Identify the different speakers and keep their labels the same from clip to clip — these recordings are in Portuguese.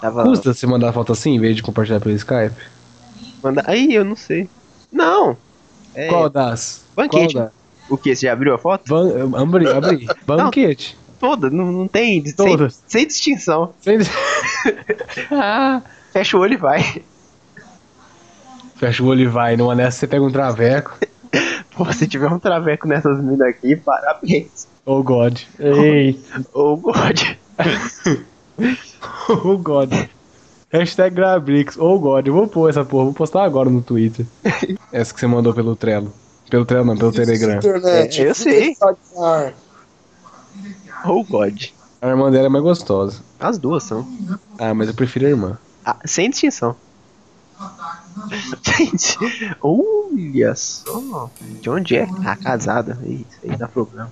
Speaker 1: Tava...
Speaker 2: Custa você mandar foto assim em vez de compartilhar pelo Skype?
Speaker 1: Manda... Aí, eu não sei. Não! É...
Speaker 2: Qual das?
Speaker 1: Banquete.
Speaker 2: Qual das?
Speaker 1: O que? Você já abriu a foto?
Speaker 2: Ban... Abri, abri. Banquete.
Speaker 1: Toda, não, não tem. sem-
Speaker 2: Todas.
Speaker 1: Sem, distinção.
Speaker 2: Sem- Ah,
Speaker 1: Fecha o olho e vai.
Speaker 2: Fecha o olho e vai. Numa dessa você pega um traveco.
Speaker 1: Pô, se tiver um traveco nessas minas aqui, parabéns.
Speaker 2: Oh God.
Speaker 3: Ei,
Speaker 1: Ô, God.
Speaker 2: Oh God. Hashtag Grabrix. Oh God. Eu vou pôr essa porra. Vou postar agora no Twitter. Essa que você mandou pelo Trello. Pelo Trello não, pelo Telegram.
Speaker 4: Internet.
Speaker 1: É, eu sei.
Speaker 4: Fica de ar.
Speaker 1: Ô, God.
Speaker 2: A irmã dela é mais gostosa.
Speaker 1: As duas são.
Speaker 2: Ah, mas eu prefiro a irmã.
Speaker 1: Ah, sem distinção. Gente, olha só. De onde é? Ah, casada. Ih, Isso aí dá problema.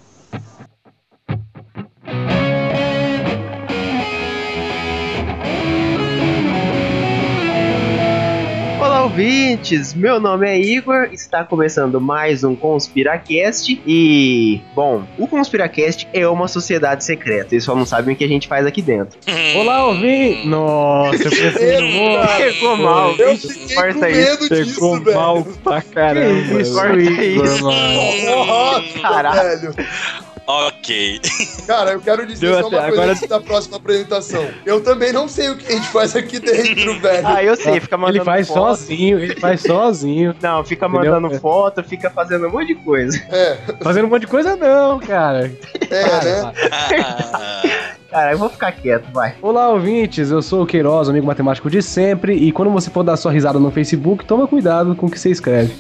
Speaker 1: Olá, ouvintes! Meu nome é Igor, está começando mais um Conspiracast e... Bom, o Conspiracast é uma sociedade secreta, eles só não sabem o que a gente faz aqui dentro.
Speaker 2: Olá, ouvi! Nossa, eu um pensei
Speaker 4: Eita,
Speaker 1: Pegou mal,
Speaker 4: Eu
Speaker 1: bicho,
Speaker 4: fiquei com
Speaker 1: corta isso.
Speaker 4: medo disso,
Speaker 2: um
Speaker 4: velho.
Speaker 3: pra
Speaker 2: Que isso,
Speaker 1: Corta
Speaker 2: Igor,
Speaker 1: É isso.
Speaker 2: mano.
Speaker 4: Nossa,
Speaker 1: Caraca.
Speaker 4: velho.
Speaker 5: Ok.
Speaker 4: Cara, eu quero dizer
Speaker 3: Deu
Speaker 4: só
Speaker 3: até-
Speaker 4: uma coisa
Speaker 3: agora-
Speaker 4: antes da próxima apresentação. Eu também não sei o que a gente faz aqui dentro, velho.
Speaker 1: Ah, eu sei, fica mandando
Speaker 2: Ele faz
Speaker 1: foto.
Speaker 2: sozinho, ele faz sozinho.
Speaker 1: Não, fica
Speaker 2: Entendeu? É.
Speaker 1: mandando foto, fica fazendo um monte de coisa.
Speaker 4: É,
Speaker 2: Fazendo um monte de coisa não, cara.
Speaker 4: é, né?
Speaker 1: Cara, eu vou ficar quieto, vai.
Speaker 2: Olá, ouvintes. Eu sou o Queiroz, amigo matemático de sempre. E quando você for dar sua risada no Facebook, toma cuidado com o que você escreve.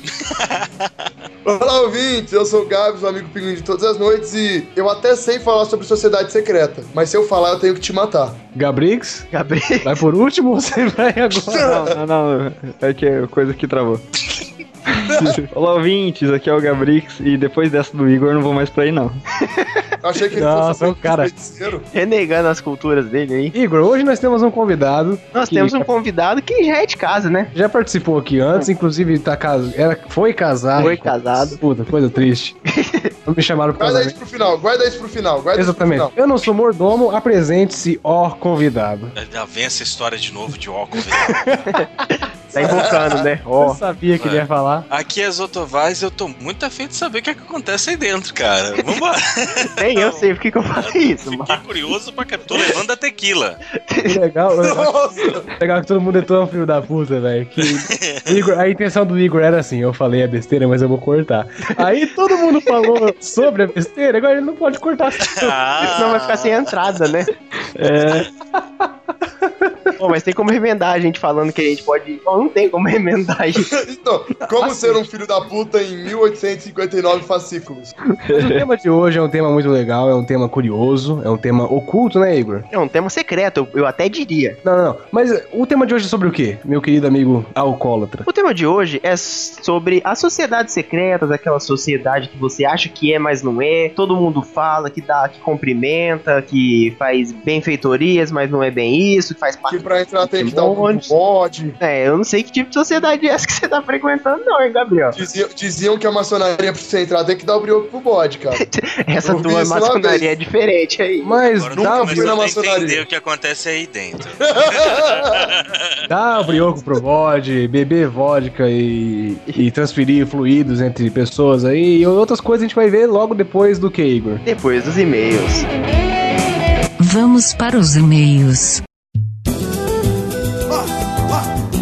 Speaker 4: Olá, ouvintes. Eu sou o Gabs, o amigo pinguim de todas as noites. E eu até sei falar sobre sociedade secreta. Mas se eu falar, eu tenho que te matar.
Speaker 2: Gabrix,
Speaker 1: Gabriel.
Speaker 2: vai por último ou você vai agora?
Speaker 3: Não, não, não. É que a coisa que travou. Olá, ouvintes. Aqui é o Gabrix. E depois dessa do Igor, eu não vou mais pra aí, não.
Speaker 4: Eu achei que ele
Speaker 2: Nossa,
Speaker 4: fosse um
Speaker 2: o cara.
Speaker 4: feiticeiro.
Speaker 1: Renegando as culturas dele aí.
Speaker 2: Igor, hoje nós temos um convidado.
Speaker 1: Nós
Speaker 2: que
Speaker 1: temos um convidado que já é de casa, né?
Speaker 2: Já participou aqui antes, inclusive tá cas... era... foi casado.
Speaker 1: Foi casado.
Speaker 2: Puta, coisa triste. Não me chamaram pro
Speaker 4: Guarda isso
Speaker 2: casamento.
Speaker 4: pro final, guarda isso pro final, guarda isso
Speaker 2: Exatamente.
Speaker 4: pro
Speaker 2: Eu não sou mordomo, apresente-se, ó convidado.
Speaker 5: Já vem essa história de novo de óculos.
Speaker 1: Tá invocando, né?
Speaker 2: Eu
Speaker 1: Ó.
Speaker 2: sabia que ele ia falar.
Speaker 5: Aqui é Zotovaz eu tô muito afim de saber o que, é que acontece aí dentro, cara. Vambora.
Speaker 1: Nem eu sei por que que eu falei isso, mano.
Speaker 5: Fiquei curioso pra caramba. Tô levando a tequila.
Speaker 2: Que legal.
Speaker 4: final. Nossa!
Speaker 2: Legal que todo mundo é tão filho da puta, velho. Que o Igor- a intenção do Igor era assim, eu falei a besteira, mas eu vou cortar. Aí todo mundo falou sobre a besteira, agora ele não pode cortar.
Speaker 5: Ah,
Speaker 1: Senão vai ficar sem entrada, né?
Speaker 3: É,
Speaker 1: Pô, mas tem como remendar a gente falando que a gente pode. Bom, não tem como remendar a gente.
Speaker 4: Então,
Speaker 1: Assim.
Speaker 4: como ser um filho da puta em 1859 fascículos?
Speaker 2: Mas o tema de hoje é um tema muito legal, é um tema curioso, é um tema oculto, né, Igor?
Speaker 1: É um tema secreto, eu- eu até diria.
Speaker 2: Não, não, não. Mas eh, o tema de hoje é sobre o quê, meu querido amigo alcoólatra?
Speaker 1: O tema de hoje é sobre as sociedades secretas, aquela sociedade que você acha que é, mas não é. Todo mundo fala que dá, que cumprimenta, que faz benfeitorias, mas não é bem isso, que faz parte.
Speaker 4: Que pra entrar tem que dar um
Speaker 1: Monte.
Speaker 4: bode.
Speaker 1: É, eu não sei que tipo de sociedade é essa que você tá frequentando, não, hein, Gabriel?
Speaker 4: Diziam, diziam que a maçonaria pra você entrar tem que dar o brioco pro bode, cara.
Speaker 1: Essa
Speaker 4: Eu ouvi
Speaker 1: tua
Speaker 4: isso uma
Speaker 1: maçonaria
Speaker 4: vez.
Speaker 1: é diferente aí.
Speaker 2: Mas
Speaker 5: agora eu tô
Speaker 2: dá, o bri-
Speaker 4: fui na
Speaker 5: começando a entender
Speaker 4: maçonaria.
Speaker 5: o que acontece aí dentro.
Speaker 2: dá o brioco pro bode, beber vodka e, e transferir fluidos entre pessoas aí e outras coisas a gente vai ver logo depois do que, Igor?
Speaker 1: Depois dos e-mails.
Speaker 6: Vamos para os e-mails.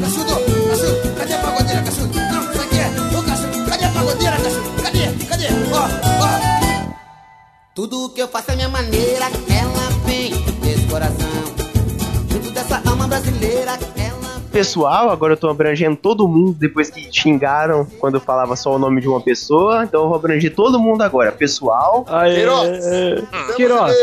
Speaker 7: Caçudo, caçudo, cadê a pagodeira, caçudo? Não, isso aqui é. Ô, caçudo, cadê a pagodeira, caçudo? Cadê, cadê? Ó, ó. Tudo que eu faço é minha maneira, ela vem desse coração. Junto dessa alma brasileira, ela
Speaker 1: Pessoal, agora eu tô abrangendo todo mundo depois que xingaram quando eu falava só o nome de uma pessoa. Então eu vou abranger todo mundo agora. Pessoal,
Speaker 3: aê,
Speaker 4: Queiroz.
Speaker 1: É,
Speaker 2: Queiroz,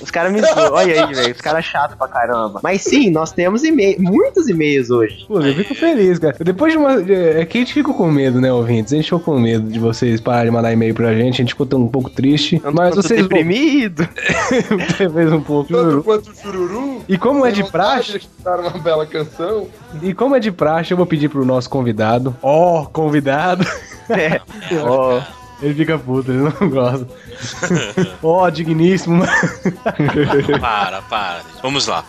Speaker 1: Os caras me zoam, olha aí, velho. Os caras chato pra caramba. Mas sim, nós temos e-mail, muitos e-mails hoje.
Speaker 2: Pô, eu fico feliz, cara. Depois de uma. de- É que a gente ficou com medo, né, ouvintes? A gente ficou com medo de vocês pararem de mandar e-mail pra gente. A gente ficou tão um pouco triste.
Speaker 1: Eu
Speaker 2: mas
Speaker 1: tô
Speaker 2: vocês
Speaker 1: Tipo,
Speaker 2: vão
Speaker 1: deprimido.
Speaker 2: talvez um pouco.
Speaker 4: Tanto quanto o chururu.
Speaker 2: E como é de
Speaker 4: Tem vontade
Speaker 2: praxe,
Speaker 4: de cantar uma bela canção.
Speaker 2: e como é de praxe, eu vou pedir pro nosso convidado. Ó, convidado.
Speaker 1: É. Ó,
Speaker 2: Ele fica puto, ele não gosta. Ó, digníssimo.
Speaker 5: Para, para. Vamos lá.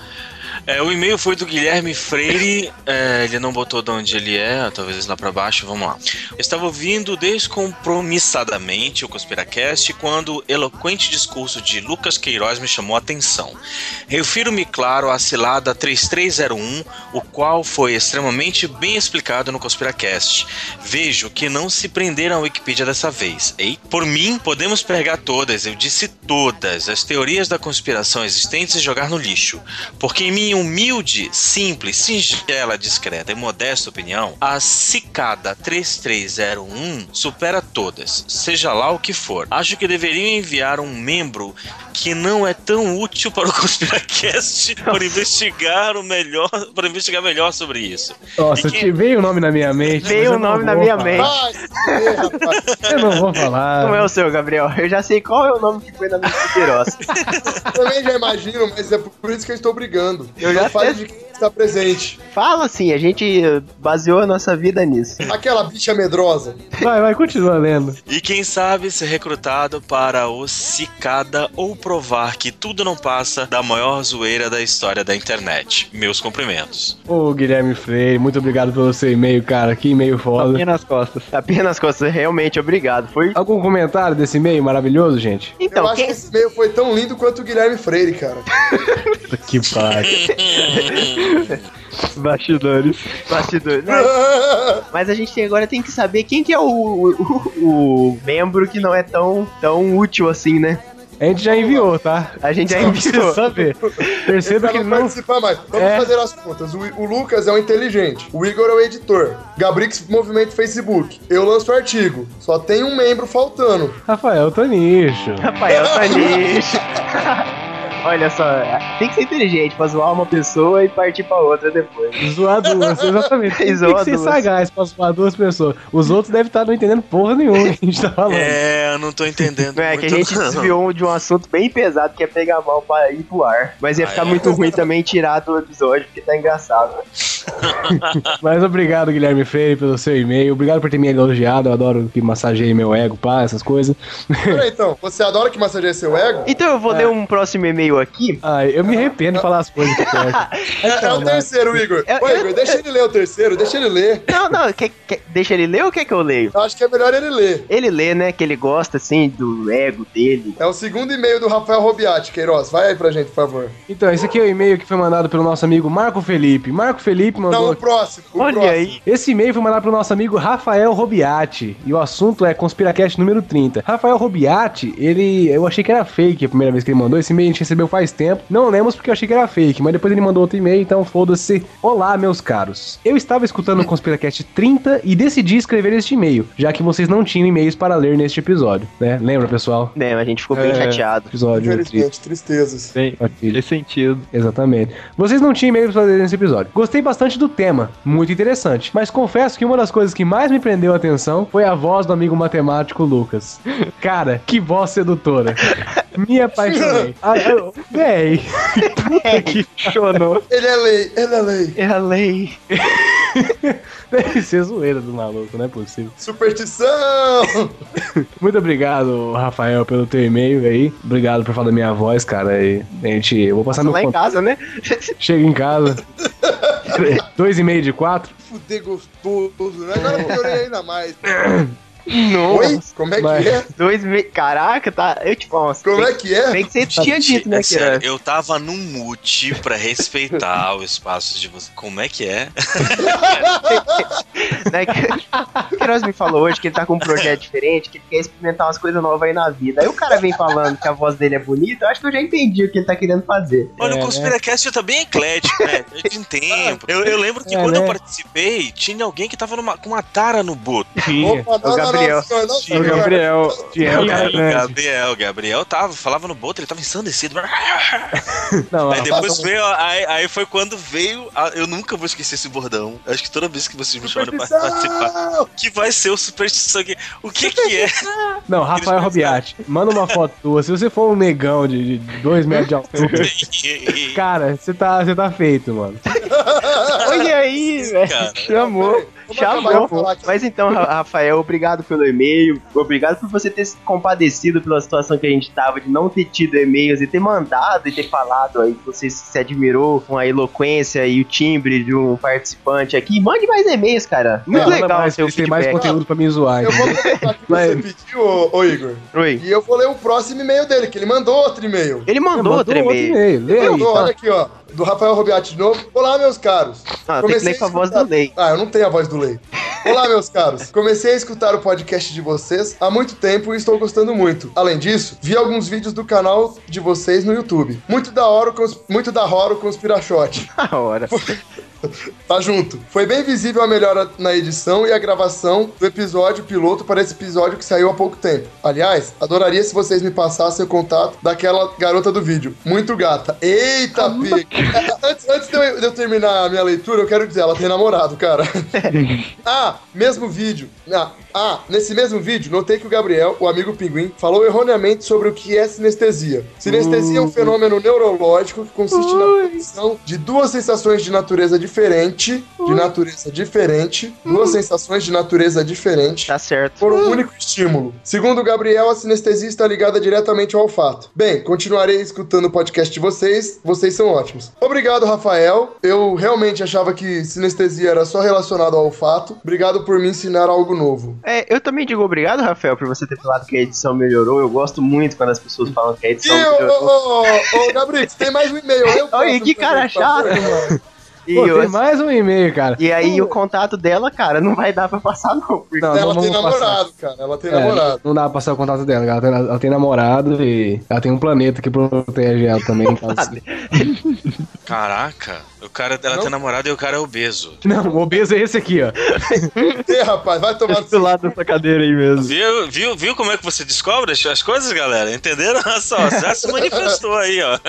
Speaker 5: É, o e-mail foi do Guilherme Freire, é, ele não botou de onde ele é, talvez lá pra baixo, vamos lá. Eu estava ouvindo descompromissadamente o Conspiracast quando o eloquente discurso de Lucas Queiroz me chamou a atenção. Refiro-me, claro, à cilada 3301, o qual foi extremamente bem explicado no Conspiracast. Vejo que não se prenderam à Wikipedia dessa vez. Ei, por mim, podemos pregar todas, eu disse todas, as teorias da conspiração existentes e jogar no lixo. Porque, em minha humilde, simples, singela, discreta e modesta opinião, a cicada 3301 supera todas, seja lá o que for. Acho que deveriam enviar um membro que não é tão útil para o Conspiracast para investigar o melhor, para investigar melhor sobre isso.
Speaker 2: Nossa,
Speaker 5: E que-
Speaker 2: te- veio o nome na minha mente.
Speaker 1: Veio
Speaker 2: mas eu
Speaker 1: o nome
Speaker 2: não
Speaker 1: na
Speaker 2: vou
Speaker 1: minha
Speaker 2: falar.
Speaker 1: mente.
Speaker 4: Vai, se ver, rapaz.
Speaker 2: Eu não vou falar.
Speaker 1: Como é o seu, Gabriel? Eu já sei qual é o nome que foi na minha poderosa.
Speaker 4: Também já imagino, mas é por isso que eu estou brigando.
Speaker 1: Eu
Speaker 4: Eu
Speaker 1: já
Speaker 4: já fale
Speaker 1: sei.
Speaker 4: de quem está presente.
Speaker 1: Fala assim, a gente baseou a nossa vida nisso.
Speaker 4: Aquela bicha medrosa.
Speaker 2: Vai, vai, continua lendo.
Speaker 5: E quem sabe ser recrutado para o Cicada ou provar que tudo não passa da maior zoeira da história da internet. Meus cumprimentos.
Speaker 2: Ô, Guilherme Freire, muito obrigado pelo seu e-mail, cara. Que e-mail foda.
Speaker 3: Tapinha nas costas.
Speaker 1: Apenas costas, realmente, obrigado. Foi.
Speaker 2: Algum comentário desse e-mail maravilhoso, gente?
Speaker 4: eu
Speaker 1: Então,
Speaker 4: acho
Speaker 1: quem...
Speaker 4: que esse meio foi tão lindo quanto o Guilherme Freire, cara.
Speaker 2: Puta que pariu.
Speaker 3: Bastidores.
Speaker 1: bastidor. né? Mas a gente tem- agora tem que saber quem que é o, o, o membro que não é tão, tão útil assim, né?
Speaker 2: A gente já enviou, tá?
Speaker 1: A gente já
Speaker 2: Precisa
Speaker 1: enviou.
Speaker 2: saber. Perceba
Speaker 4: Pra
Speaker 2: que
Speaker 4: não
Speaker 2: não.
Speaker 4: participar mais. Vamos
Speaker 2: É.
Speaker 4: fazer as contas. O, o Lucas é o inteligente. O Igor é o editor. Gabrix movimento Facebook. Eu lanço o artigo. Só tem um membro faltando.
Speaker 2: Rafael tá Tanicho.
Speaker 1: Rafael tá lixo. Olha só, tem que ser inteligente pra zoar uma pessoa e partir pra outra depois.
Speaker 2: Zoar duas, exatamente. Tem
Speaker 1: Zoar
Speaker 2: que ser
Speaker 1: duas.
Speaker 2: sagaz pra zoar duas pessoas. Os outros devem estar não entendendo porra nenhuma que a gente tá falando.
Speaker 5: É, eu não tô entendendo.
Speaker 1: Não é que a
Speaker 5: muito,
Speaker 1: gente
Speaker 5: não.
Speaker 1: desviou de um assunto bem pesado que é pegar mal pra ir pro ar. Mas ia
Speaker 5: Ah,
Speaker 1: ficar
Speaker 5: é.
Speaker 1: muito ruim também tirar do episódio, porque tá engraçado.
Speaker 2: Mas obrigado, Guilherme Freire, pelo seu e-mail. Obrigado por ter me elogiado. Eu adoro que massageie meu ego, pá, essas coisas.
Speaker 4: Peraí, então. Você adora que massageia seu ego?
Speaker 1: Então eu vou ler um próximo e-mail aqui.
Speaker 2: Ai, Ah, eu me arrependo de falar as coisas que perto.
Speaker 4: É, é o terceiro, Igor.
Speaker 1: Eu-
Speaker 4: Ô,
Speaker 1: eu-
Speaker 4: Igor, deixa ele ler o terceiro. Deixa ele ler.
Speaker 1: Não, não, quer- quer- deixa ele ler ou quer que eu leio?
Speaker 4: Eu acho que é melhor ele ler.
Speaker 1: Ele lê, né, que ele gosta, assim, do ego dele.
Speaker 4: É o segundo e-mail do Rafael Robiati, Queiroz. Vai aí pra gente, por favor.
Speaker 2: Então, esse aqui é o e-mail que foi mandado pelo nosso amigo Marco Felipe. Marco Felipe
Speaker 4: Não,
Speaker 2: mandou.
Speaker 4: o próximo. O
Speaker 1: Olha
Speaker 4: próximo.
Speaker 1: aí.
Speaker 2: Esse e-mail foi mandado pelo nosso amigo Rafael Robiati. E o assunto é Conspiracast número 30. Rafael Robiati, ele. Eu achei que era fake a primeira vez que ele mandou. Esse e-mail a gente recebeu faz tempo. Não lemos porque eu achei que era fake, mas depois ele mandou outro e-mail, então foda-se. Olá, meus caros. Eu estava escutando o Conspiracast 30 e decidi escrever este e-mail, já que vocês não tinham e-mails para ler neste episódio, né? Lembra, pessoal?
Speaker 1: Né, a gente ficou bem
Speaker 2: É.
Speaker 1: chateado.
Speaker 2: Episódio triste.
Speaker 4: Infelizmente, tristezas.
Speaker 2: Ok.
Speaker 3: Fez sentido.
Speaker 2: Exatamente. Vocês não tinham e-mails pra ler nesse episódio. Gostei bastante do tema, muito interessante. Mas confesso que uma das coisas que mais me prendeu a atenção foi a voz do amigo matemático Lucas. Cara, que voz sedutora. Me apaixonei. Ah, eu- Véi. Puta que chonou.
Speaker 4: Ele é lei, ele é lei.
Speaker 1: É a lei.
Speaker 2: Deve ser é zoeira do maluco, não é possível.
Speaker 4: Superstição!
Speaker 2: Muito obrigado, Rafael, pelo teu e-mail aí. Obrigado por falar da minha voz, cara. E, gente, eu vou passar meu
Speaker 1: Lá em
Speaker 2: contato.
Speaker 1: casa, né?
Speaker 2: Chega em casa. Dois e meio de quatro.
Speaker 4: Fuder gostoso, né? Agora piorei ainda mais. Oi? Como é
Speaker 2: Mas-
Speaker 4: que é?
Speaker 1: Dois me... Caraca, tá. Eu tipo, nossa,
Speaker 4: Como é
Speaker 1: tem,
Speaker 4: que é?
Speaker 1: tem que ser tinha dito, né,
Speaker 5: É sério,
Speaker 1: que
Speaker 5: eu tava num mute pra respeitar o espaço de você. Como é que é?
Speaker 1: né, que- o Queiroz me falou hoje que ele tá com um projeto diferente, que ele quer experimentar umas coisas novas aí na vida. Aí o cara vem falando que a voz dele é bonita, eu acho que eu já entendi o que ele tá querendo fazer.
Speaker 5: Olha,
Speaker 2: É,
Speaker 5: o
Speaker 2: né?
Speaker 5: Conspiracast tá bem eclético, né? A gente tem tempo. Eu, eu lembro que
Speaker 2: É,
Speaker 5: quando eu
Speaker 2: né?
Speaker 5: participei, tinha alguém que tava numa- com uma tara no boto.
Speaker 1: É o
Speaker 4: Opa,
Speaker 1: Gabriel.
Speaker 4: senhor, não,
Speaker 3: O
Speaker 4: senhor.
Speaker 3: Gabriel.
Speaker 2: É, o cara é
Speaker 5: Gabriel,
Speaker 2: grande.
Speaker 5: Gabriel, Gabriel tava, falava no boto, ele tava ensandecido.
Speaker 2: Não,
Speaker 5: Aí
Speaker 2: a-
Speaker 5: depois veio, aí, aí foi quando veio. a- eu nunca vou esquecer esse bordão. Acho que toda vez que vocês me chamarem pra participar,
Speaker 4: Superstição!
Speaker 5: que vai ser o superstição que. O que que é?
Speaker 2: Não, Rafael Robiati, manda uma foto tua. Se você for um negão de 2 metros de altura, cara, você tá, você tá feito, mano.
Speaker 1: Olha aí, velho.
Speaker 5: Cara,
Speaker 3: Chamou.
Speaker 1: Chamou. Mas então, Ra- Rafael, obrigado pelo e-mail. Obrigado por você ter se compadecido pela situação que a gente tava, de não ter tido e-mails e ter mandado e ter falado aí que você se admirou com a eloquência e o timbre de um participante aqui. Mande mais e-mails, cara. Muito
Speaker 2: Não, É, manda
Speaker 1: é legal o
Speaker 2: mais,
Speaker 1: seu
Speaker 2: tem mais
Speaker 1: feedback.
Speaker 2: conteúdo pra me zoar.
Speaker 4: Eu vou perguntar o que você
Speaker 2: Mas-
Speaker 4: pediu, ô, ô Igor.
Speaker 1: Oi.
Speaker 4: E eu vou ler o próximo e-mail dele, que ele mandou outro e-mail.
Speaker 1: Ele mandou, outro e-mail.
Speaker 2: um Lê aí.
Speaker 4: Mandou, olha aqui, ó. Do Rafael Robiati de novo. Olá, meus caros.
Speaker 1: Ah, tem que ler com a voz do
Speaker 4: escutar-
Speaker 1: Lei.
Speaker 4: Ah, eu não tenho a voz do Lei. Olá, meus caros. Comecei a escutar o podcast de vocês há muito tempo e estou gostando muito. Além disso, vi alguns vídeos do canal de vocês no YouTube. Muito da hora o, cons... muito da hora o Conspirachote.
Speaker 1: Da hora.
Speaker 4: Tá junto. Foi bem visível a melhora na edição e a gravação do episódio piloto para esse episódio que saiu há pouco tempo. Aliás, adoraria se vocês me passassem o contato daquela garota do vídeo. Muito gata. Eita, pica. É, Antes, antes de, eu, de eu terminar a minha leitura, eu quero dizer, ela tem namorado, cara. ah, mesmo vídeo. Ah, ah, nesse mesmo vídeo, notei que o Gabriel, o amigo pinguim, falou erroneamente sobre o que é sinestesia. Sinestesia é um fenômeno neurológico que consiste na produção de duas sensações de natureza diferente, de natureza diferente, duas sensações de natureza diferente,
Speaker 1: Tá certo.
Speaker 4: por um único estímulo. Segundo o Gabriel, a sinestesia está ligada diretamente ao olfato. Bem, continuarei escutando o podcast de vocês. Vocês são ótimos. Obrigado, Rafael. Eu realmente achava que sinestesia era só relacionado ao olfato. Obrigado por me ensinar algo novo.
Speaker 1: É, eu também digo obrigado, Rafael, por você ter falado que a edição melhorou. Eu gosto muito quando as pessoas falam que a
Speaker 4: E
Speaker 1: edição
Speaker 4: ô,
Speaker 1: melhorou.
Speaker 4: ô, ô, ô, Gabriel, tem mais um e-mail. Eu
Speaker 1: Olha, que
Speaker 4: posso
Speaker 1: cara
Speaker 4: também, por favor,
Speaker 1: chato.
Speaker 4: irmão?
Speaker 1: E,
Speaker 2: Pô,
Speaker 1: eu-
Speaker 2: tem mais um e-mail, cara.
Speaker 1: e aí o contato dela, cara, não vai dar pra passar não. Porque...
Speaker 2: Não,
Speaker 4: ela
Speaker 2: não
Speaker 4: tem
Speaker 2: vamos passar.
Speaker 4: namorado, cara. Ela tem
Speaker 2: É,
Speaker 4: namorado.
Speaker 2: não dá pra passar o contato dela, ela tem, ela tem namorado e ela tem um planeta que protege ela também. em caso-
Speaker 5: caraca, o cara, ela tem namorado e o cara é obeso.
Speaker 2: não, o obeso é esse aqui, ó.
Speaker 4: Ei, rapaz, vai tomar no
Speaker 3: Do lado dessa cadeira aí mesmo.
Speaker 5: Viu, viu, viu como é que você descobre as, as coisas, galera? Entenderam? Olha só, já se manifestou aí, ó.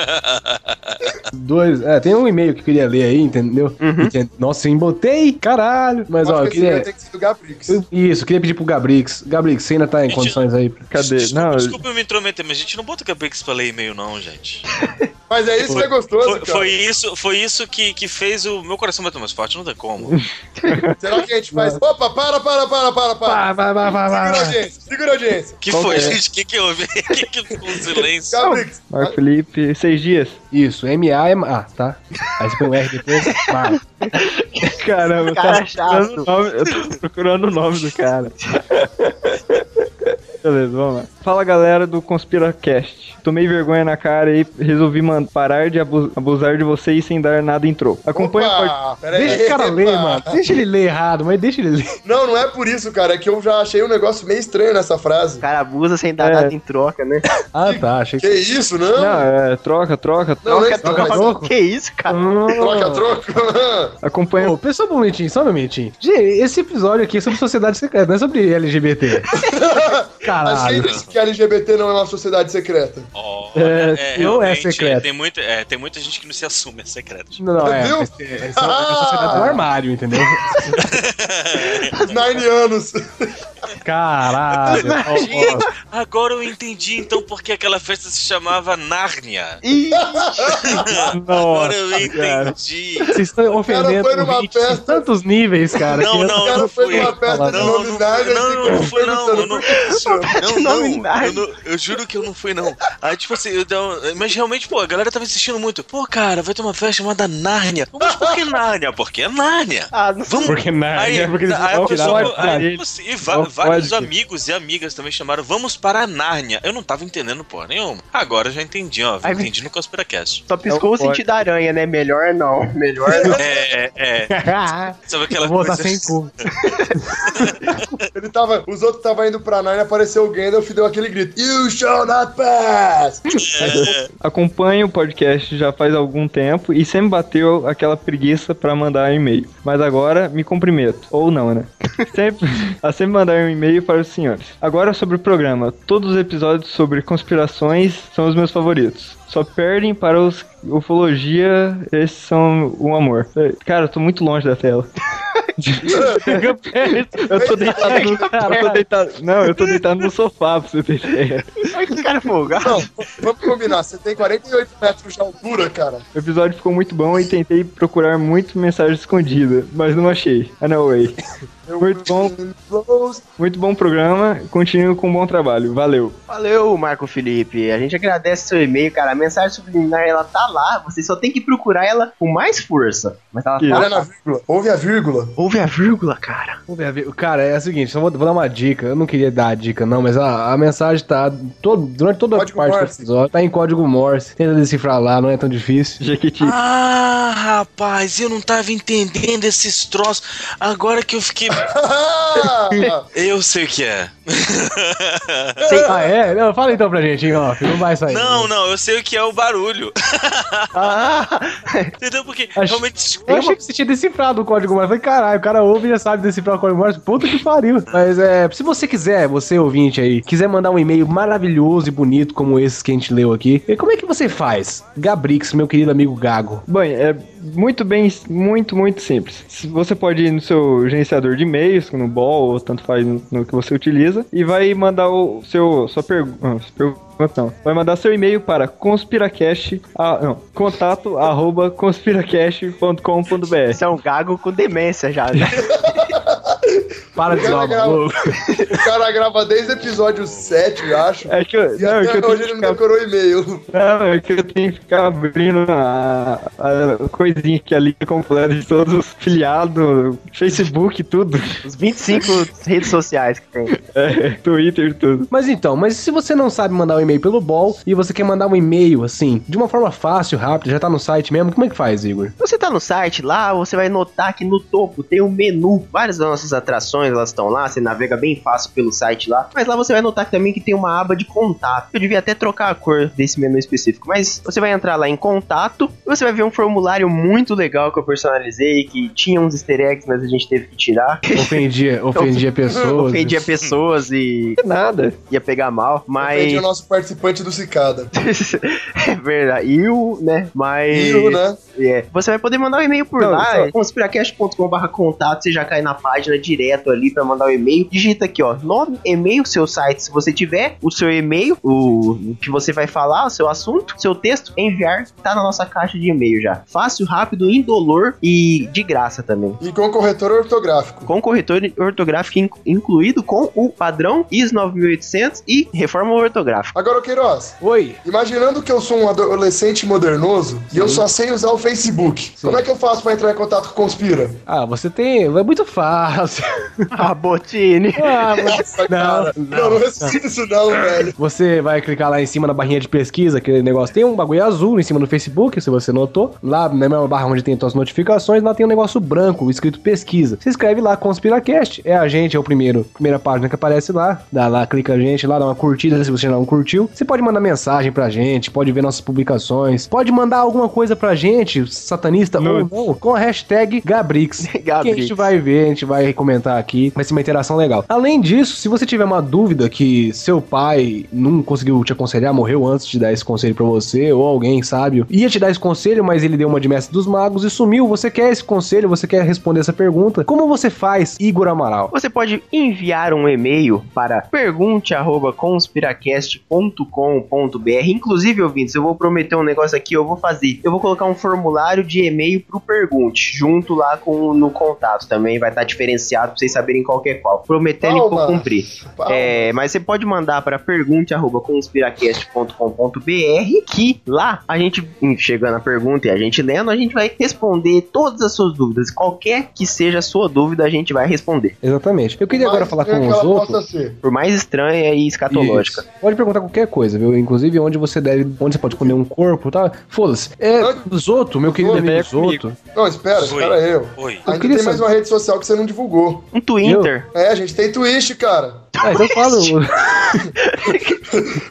Speaker 2: Dois. É, tem um e-mail que eu queria ler aí, entendeu?
Speaker 1: Uhum.
Speaker 2: Enten- Nossa, eu embotei, caralho. Mas, ó, eu queria.
Speaker 4: tem que ser do Gabrix.
Speaker 2: Isso, eu queria pedir pro Gabrix. Gabrix, você ainda tá em
Speaker 5: Gente,
Speaker 2: condições aí?
Speaker 3: Cadê?
Speaker 5: Desculpa,
Speaker 3: Não,
Speaker 5: desculpa eu me intrometer, mas a gente não bota Gabrix pra ler e-mail, não, gente.
Speaker 4: Mas é isso que é gostoso,
Speaker 5: Foi,
Speaker 4: cara.
Speaker 5: foi isso, foi isso que, que fez o meu coração bater mais forte, não tem como.
Speaker 4: Será que a gente faz. Opa, para, para, para, para, para.
Speaker 2: Pá, pá, pá, pá,
Speaker 4: Segura
Speaker 2: pá.
Speaker 4: a audiência, segura a audiência.
Speaker 5: Que
Speaker 3: Qual
Speaker 5: foi,
Speaker 3: que é?
Speaker 5: gente? O que, que houve? O que, que ficou um silêncio?
Speaker 4: Gabrix.
Speaker 3: Marco Felipe, seis dias.
Speaker 2: Isso, MA é. ma- Ah, tá. Aí você põe o R depois. Mar.
Speaker 3: Caramba, eu
Speaker 1: Cara
Speaker 3: tava
Speaker 1: chato.
Speaker 3: procurando o nome- eu tô procurando o nome do cara. Beleza, vamos lá. Fala galera do Conspiracast. Tomei vergonha na cara e resolvi man- parar de abu- abusar de vocês sem dar nada em troco. Acompanha o podcast.
Speaker 4: Opa, peraí.
Speaker 2: Deixa o cara ler,
Speaker 4: Epa.
Speaker 2: mano. Deixa ele ler errado, mas deixa ele ler.
Speaker 4: Não, não é por isso, cara. É que eu já achei um negócio meio estranho nessa frase.
Speaker 1: O cara abusa sem dar
Speaker 3: É.
Speaker 1: nada em troca, né?
Speaker 2: Ah, tá. Achei
Speaker 4: Que
Speaker 2: que.
Speaker 4: isso, não?
Speaker 3: Não, é, troca, troca,
Speaker 4: Não, não
Speaker 1: troca,
Speaker 4: é estranho, mas-
Speaker 2: troco?
Speaker 1: Que isso, cara?
Speaker 4: Troca, troca.
Speaker 3: Acompanha
Speaker 2: Ô, pessoal bonitinho, só um momentinho. Gente, esse episódio aqui é sobre sociedade secreta, não é sobre LGBT.
Speaker 4: Achei
Speaker 2: Caralho.
Speaker 4: que LGBT não é uma sociedade secreta.
Speaker 5: Olha,
Speaker 2: É, não é
Speaker 5: realmente,
Speaker 2: secreto.
Speaker 5: Tem muita, é, tem muita gente que não se assume, é secreto.
Speaker 2: Não, não, é.
Speaker 4: Viu?
Speaker 2: É, é, é sociedade do armário, entendeu?
Speaker 4: Nine anos.
Speaker 2: Caralho. Ó, ó,
Speaker 5: Agora eu entendi então porque aquela festa se chamava Nárnia.
Speaker 1: Ih,
Speaker 5: Agora
Speaker 2: Nossa,
Speaker 5: eu
Speaker 2: cara.
Speaker 5: entendi.
Speaker 2: Vocês estão ofendendo
Speaker 4: foi numa
Speaker 2: o ouvinte em
Speaker 4: festa-
Speaker 2: tantos níveis, cara.
Speaker 5: Não,
Speaker 2: que-
Speaker 4: O
Speaker 5: não, eu não
Speaker 4: cara foi
Speaker 5: fui.
Speaker 4: numa festa de
Speaker 5: Não,
Speaker 4: nome
Speaker 5: não,
Speaker 4: Nine.
Speaker 5: não, não, não fui, não, eu não- Não, não,
Speaker 1: nome Nárnia.
Speaker 5: eu não, eu juro que eu não fui, não. Aí, tipo assim, eu, não- mas realmente, pô, a galera tava insistindo muito. Pô, cara, vai ter uma festa chamada Nárnia. Mas por que Nárnia? Porque é Nárnia.
Speaker 1: ah, não
Speaker 5: Vamos.
Speaker 2: Porque nada,
Speaker 5: Aí,
Speaker 2: né? porque eles
Speaker 5: aí
Speaker 2: vão
Speaker 5: a
Speaker 2: tirar
Speaker 5: pessoa-
Speaker 2: o
Speaker 5: aí,
Speaker 2: aparelho.
Speaker 5: tipo assim, e va-
Speaker 2: Não
Speaker 5: vários
Speaker 2: pode.
Speaker 5: amigos e amigas também chamaram, vamos para Nárnia. Eu não tava entendendo porra nenhuma. Agora eu já entendi, ó.
Speaker 1: Aí-
Speaker 5: entendi no Conspiracast.
Speaker 1: só piscou o
Speaker 3: pode.
Speaker 1: sentido da aranha, né? Melhor não, melhor não.
Speaker 5: É, é, é. Sabe aquela
Speaker 2: Eu vou
Speaker 5: coisa?
Speaker 2: botar sem cu.
Speaker 4: Ele tava, os outros estavam indo pra Nine, apareceu o Gandalf e deu aquele grito: You shall not pass!
Speaker 3: Acompanho o podcast já faz algum tempo e sempre bateu aquela preguiça pra mandar e-mail. Mas agora me comprometo. Ou não, né? Sempre, a sempre mandar um e-mail para os senhores. Agora sobre o programa. Todos os episódios sobre conspirações são os meus favoritos. Só perdem para É, os ufologia, esses são um amor. Cara, eu tô muito longe da tela. Chega perto. Eu tô deitado no. Eu tô deitado. Não, eu tô deitado no sofá pra você ter ideia.
Speaker 1: Olha que cara folgado.
Speaker 4: Não, vamos combinar. Você tem 48 metros de altura, cara.
Speaker 3: O episódio ficou muito bom e tentei procurar muito mensagem escondida, mas não achei. Ah, não, way. Muito bom, muito bom programa. Continuo com um bom trabalho. Valeu.
Speaker 1: Valeu, Marco Felipe. A gente agradece seu e-mail, cara. A mensagem subliminar, ela tá lá. Você só tem que procurar ela com mais força. Mas ela
Speaker 3: Que
Speaker 1: tá
Speaker 4: Olha
Speaker 1: lá.
Speaker 4: na vírgula. Ouve a vírgula.
Speaker 1: Ouve a vírgula, cara.
Speaker 2: Vamos ver, a ver. Cara, é o seguinte, só vou, vou dar uma dica. Eu não queria dar a dica, não, mas a, a mensagem tá. Todo, durante toda a
Speaker 4: Código
Speaker 2: parte
Speaker 4: Morse.
Speaker 2: do episódio, tá em código Morse. Tenta decifrar lá, não é tão difícil.
Speaker 3: Jequiti.
Speaker 5: Ah, rapaz, eu não tava entendendo esses troços. Agora que eu fiquei. Eu sei o que é.
Speaker 2: Ah, é? Não, fala então pra gente, hein, off. Não vai sair.
Speaker 5: Não, não, eu sei o que é o barulho.
Speaker 1: Ah,
Speaker 5: Entendeu? Porque
Speaker 2: Acho-
Speaker 5: realmente.
Speaker 2: Eu achei que você tinha decifrado o código Morse. Eu Falei, caralho, o cara ouve e já sabe decifrar o código Morse. Puta que pariu. Mas é, se você quiser, você ouvinte aí, quiser mandar um e-mail maravilhoso e bonito como esses que a gente leu aqui, e como é que você faz? Gabrix, meu querido amigo Gago.
Speaker 3: Bom, é muito bem, muito, muito simples. Se- Você pode ir no seu gerenciador de e-mails, no Ball, ou tanto faz no, no que você utiliza, e vai mandar o seu, sua pergunta, pergunta não, vai mandar seu e-mail para conspiracast, ah, não, contato arroba conspiracast.com.br
Speaker 1: esse é um gago com demência já. né?
Speaker 2: Para de zoar,
Speaker 4: Gago.
Speaker 2: maluco.
Speaker 4: O cara grava desde o episódio 7, eu acho.
Speaker 3: é que, eu,
Speaker 4: E
Speaker 3: não, é que eu
Speaker 4: até
Speaker 3: tenho
Speaker 4: hoje
Speaker 3: que
Speaker 4: ele não
Speaker 3: ficar,
Speaker 4: decorou o e-mail.
Speaker 3: não, é que eu tenho que ficar abrindo a, a coisinha que a lista completa de todos os filiados, Facebook, tudo,
Speaker 1: Os 25 redes sociais que tem.
Speaker 3: é, Twitter, tudo.
Speaker 2: Mas então, mas se você não sabe mandar um e-mail pelo Ball e você quer mandar um e-mail assim, de uma forma fácil, rápida, já tá no site mesmo, como é que faz, Igor?
Speaker 1: Você tá no site lá, você vai notar que no topo tem um menu. Várias das nossas atrações, elas estão lá, você navega bem fácil pelo site lá. Mas lá você vai notar que também que tem uma aba de contato. Eu devia até trocar a cor desse menu específico, mas você vai entrar lá em contato e você vai ver um formulário muito legal que eu personalizei, que tinha uns easter eggs, mas a gente teve que tirar. é.
Speaker 2: Ofendia, ofendia pessoas.
Speaker 1: Ofendia pessoas e
Speaker 3: Nada.
Speaker 1: ia pegar mal, mas
Speaker 4: Aí... o nosso participante do Cicada.
Speaker 1: é verdade. E o, né? Mas
Speaker 4: E o, né?
Speaker 1: É. Você vai poder mandar um e-mail por
Speaker 3: Não,
Speaker 1: lá,
Speaker 3: só-
Speaker 1: é conspiracast.com.br contato, você já cai na página direto ali pra mandar o e-mail. Digita aqui, ó, nome, e-mail, seu site, se você tiver, o seu e-mail, o o que você vai falar, o seu assunto, seu texto, enviar, tá na nossa caixa de e-mail já. Fácil, rápido, indolor e de graça também.
Speaker 4: E com corretor ortográfico.
Speaker 1: Com corretor ortográfico in- incluído com o padrão ISO 9800 e reforma ortográfica.
Speaker 4: Agora, Queiroz,
Speaker 2: Oi.
Speaker 4: imaginando que eu sou um adolescente modernoso e eu só sei usar o Facebook, como é que eu faço pra entrar em contato com o Conspira?
Speaker 2: Ah, você tem. É muito fácil.
Speaker 1: Ah, Botini!
Speaker 2: Ah,
Speaker 4: Nossa,
Speaker 2: não,
Speaker 4: cara. Não, não ressuscita isso não, velho.
Speaker 2: Você vai clicar lá em cima na barrinha de pesquisa, aquele negócio. Tem um bagulho azul em cima do Facebook, se você notou. Lá na mesma barra onde tem suas notificações, lá tem um negócio branco escrito pesquisa. Se inscreve lá, Conspiracast. É a gente, é o primeiro. Primeira página que aparece lá. Dá lá, clica a gente lá, dá uma curtida se você não curtiu. Você pode mandar mensagem pra gente, pode ver nossas publicações, pode mandar alguma coisa pra gente, satanista
Speaker 3: Nudes.
Speaker 2: ou não, com a hashtag Gabrix. Que a
Speaker 1: Gabrix.
Speaker 2: gente vai ver, a gente vai comentar aqui. Vai ser uma interação legal. Além disso, se você tiver uma dúvida que seu pai não conseguiu te aconselhar, morreu antes de dar esse conselho pra você, ou alguém sábio ia te dar esse conselho, mas ele deu uma de mestre dos magos e sumiu, você quer esse conselho, você quer responder essa pergunta, como você faz, Igor Amaral?
Speaker 1: Você pode enviar um e-mail para pergunte@conspiracast.com.br. Inclusive, ouvintes, eu vou prometer um negócio aqui, eu vou fazer. Eu vou colocar um formulário de e-mail pro Pergunte, junto lá com no contato também, vai estar diferenciado para vocês saberem qual que é qual. Prometendo que eu vou
Speaker 4: Palmas.
Speaker 1: cumprir.
Speaker 4: Pau.
Speaker 1: É, mas você pode mandar para pergunte@conspiracast.com.br que lá a gente hum, chegando a pergunta e a gente lendo, a gente vai responder todas as suas dúvidas. Qualquer que seja a sua dúvida, a gente vai responder
Speaker 2: Exatamente. Eu queria agora
Speaker 4: Mais
Speaker 3: é
Speaker 2: falar
Speaker 4: estranho
Speaker 2: com
Speaker 4: que
Speaker 2: os
Speaker 4: ela
Speaker 2: outros.
Speaker 4: possa ser.
Speaker 1: por mais estranha e escatológica.
Speaker 2: Isso. Pode perguntar qualquer coisa, viu? Inclusive onde você deve, onde você pode comer um corpo, tá? Foda-se. É, Zoto, meu querido
Speaker 3: Zoto,
Speaker 2: amigo
Speaker 3: é comigo.
Speaker 2: Zoto.
Speaker 4: Não, espera,
Speaker 5: Foi.
Speaker 4: espera eu.
Speaker 5: Oi.
Speaker 4: Ainda
Speaker 2: queria
Speaker 4: tem mais
Speaker 2: saber-
Speaker 4: uma rede social que você não divulgou.
Speaker 1: Um Twitter.
Speaker 4: É, a gente tem Twitch, cara.
Speaker 2: Ah, então fala.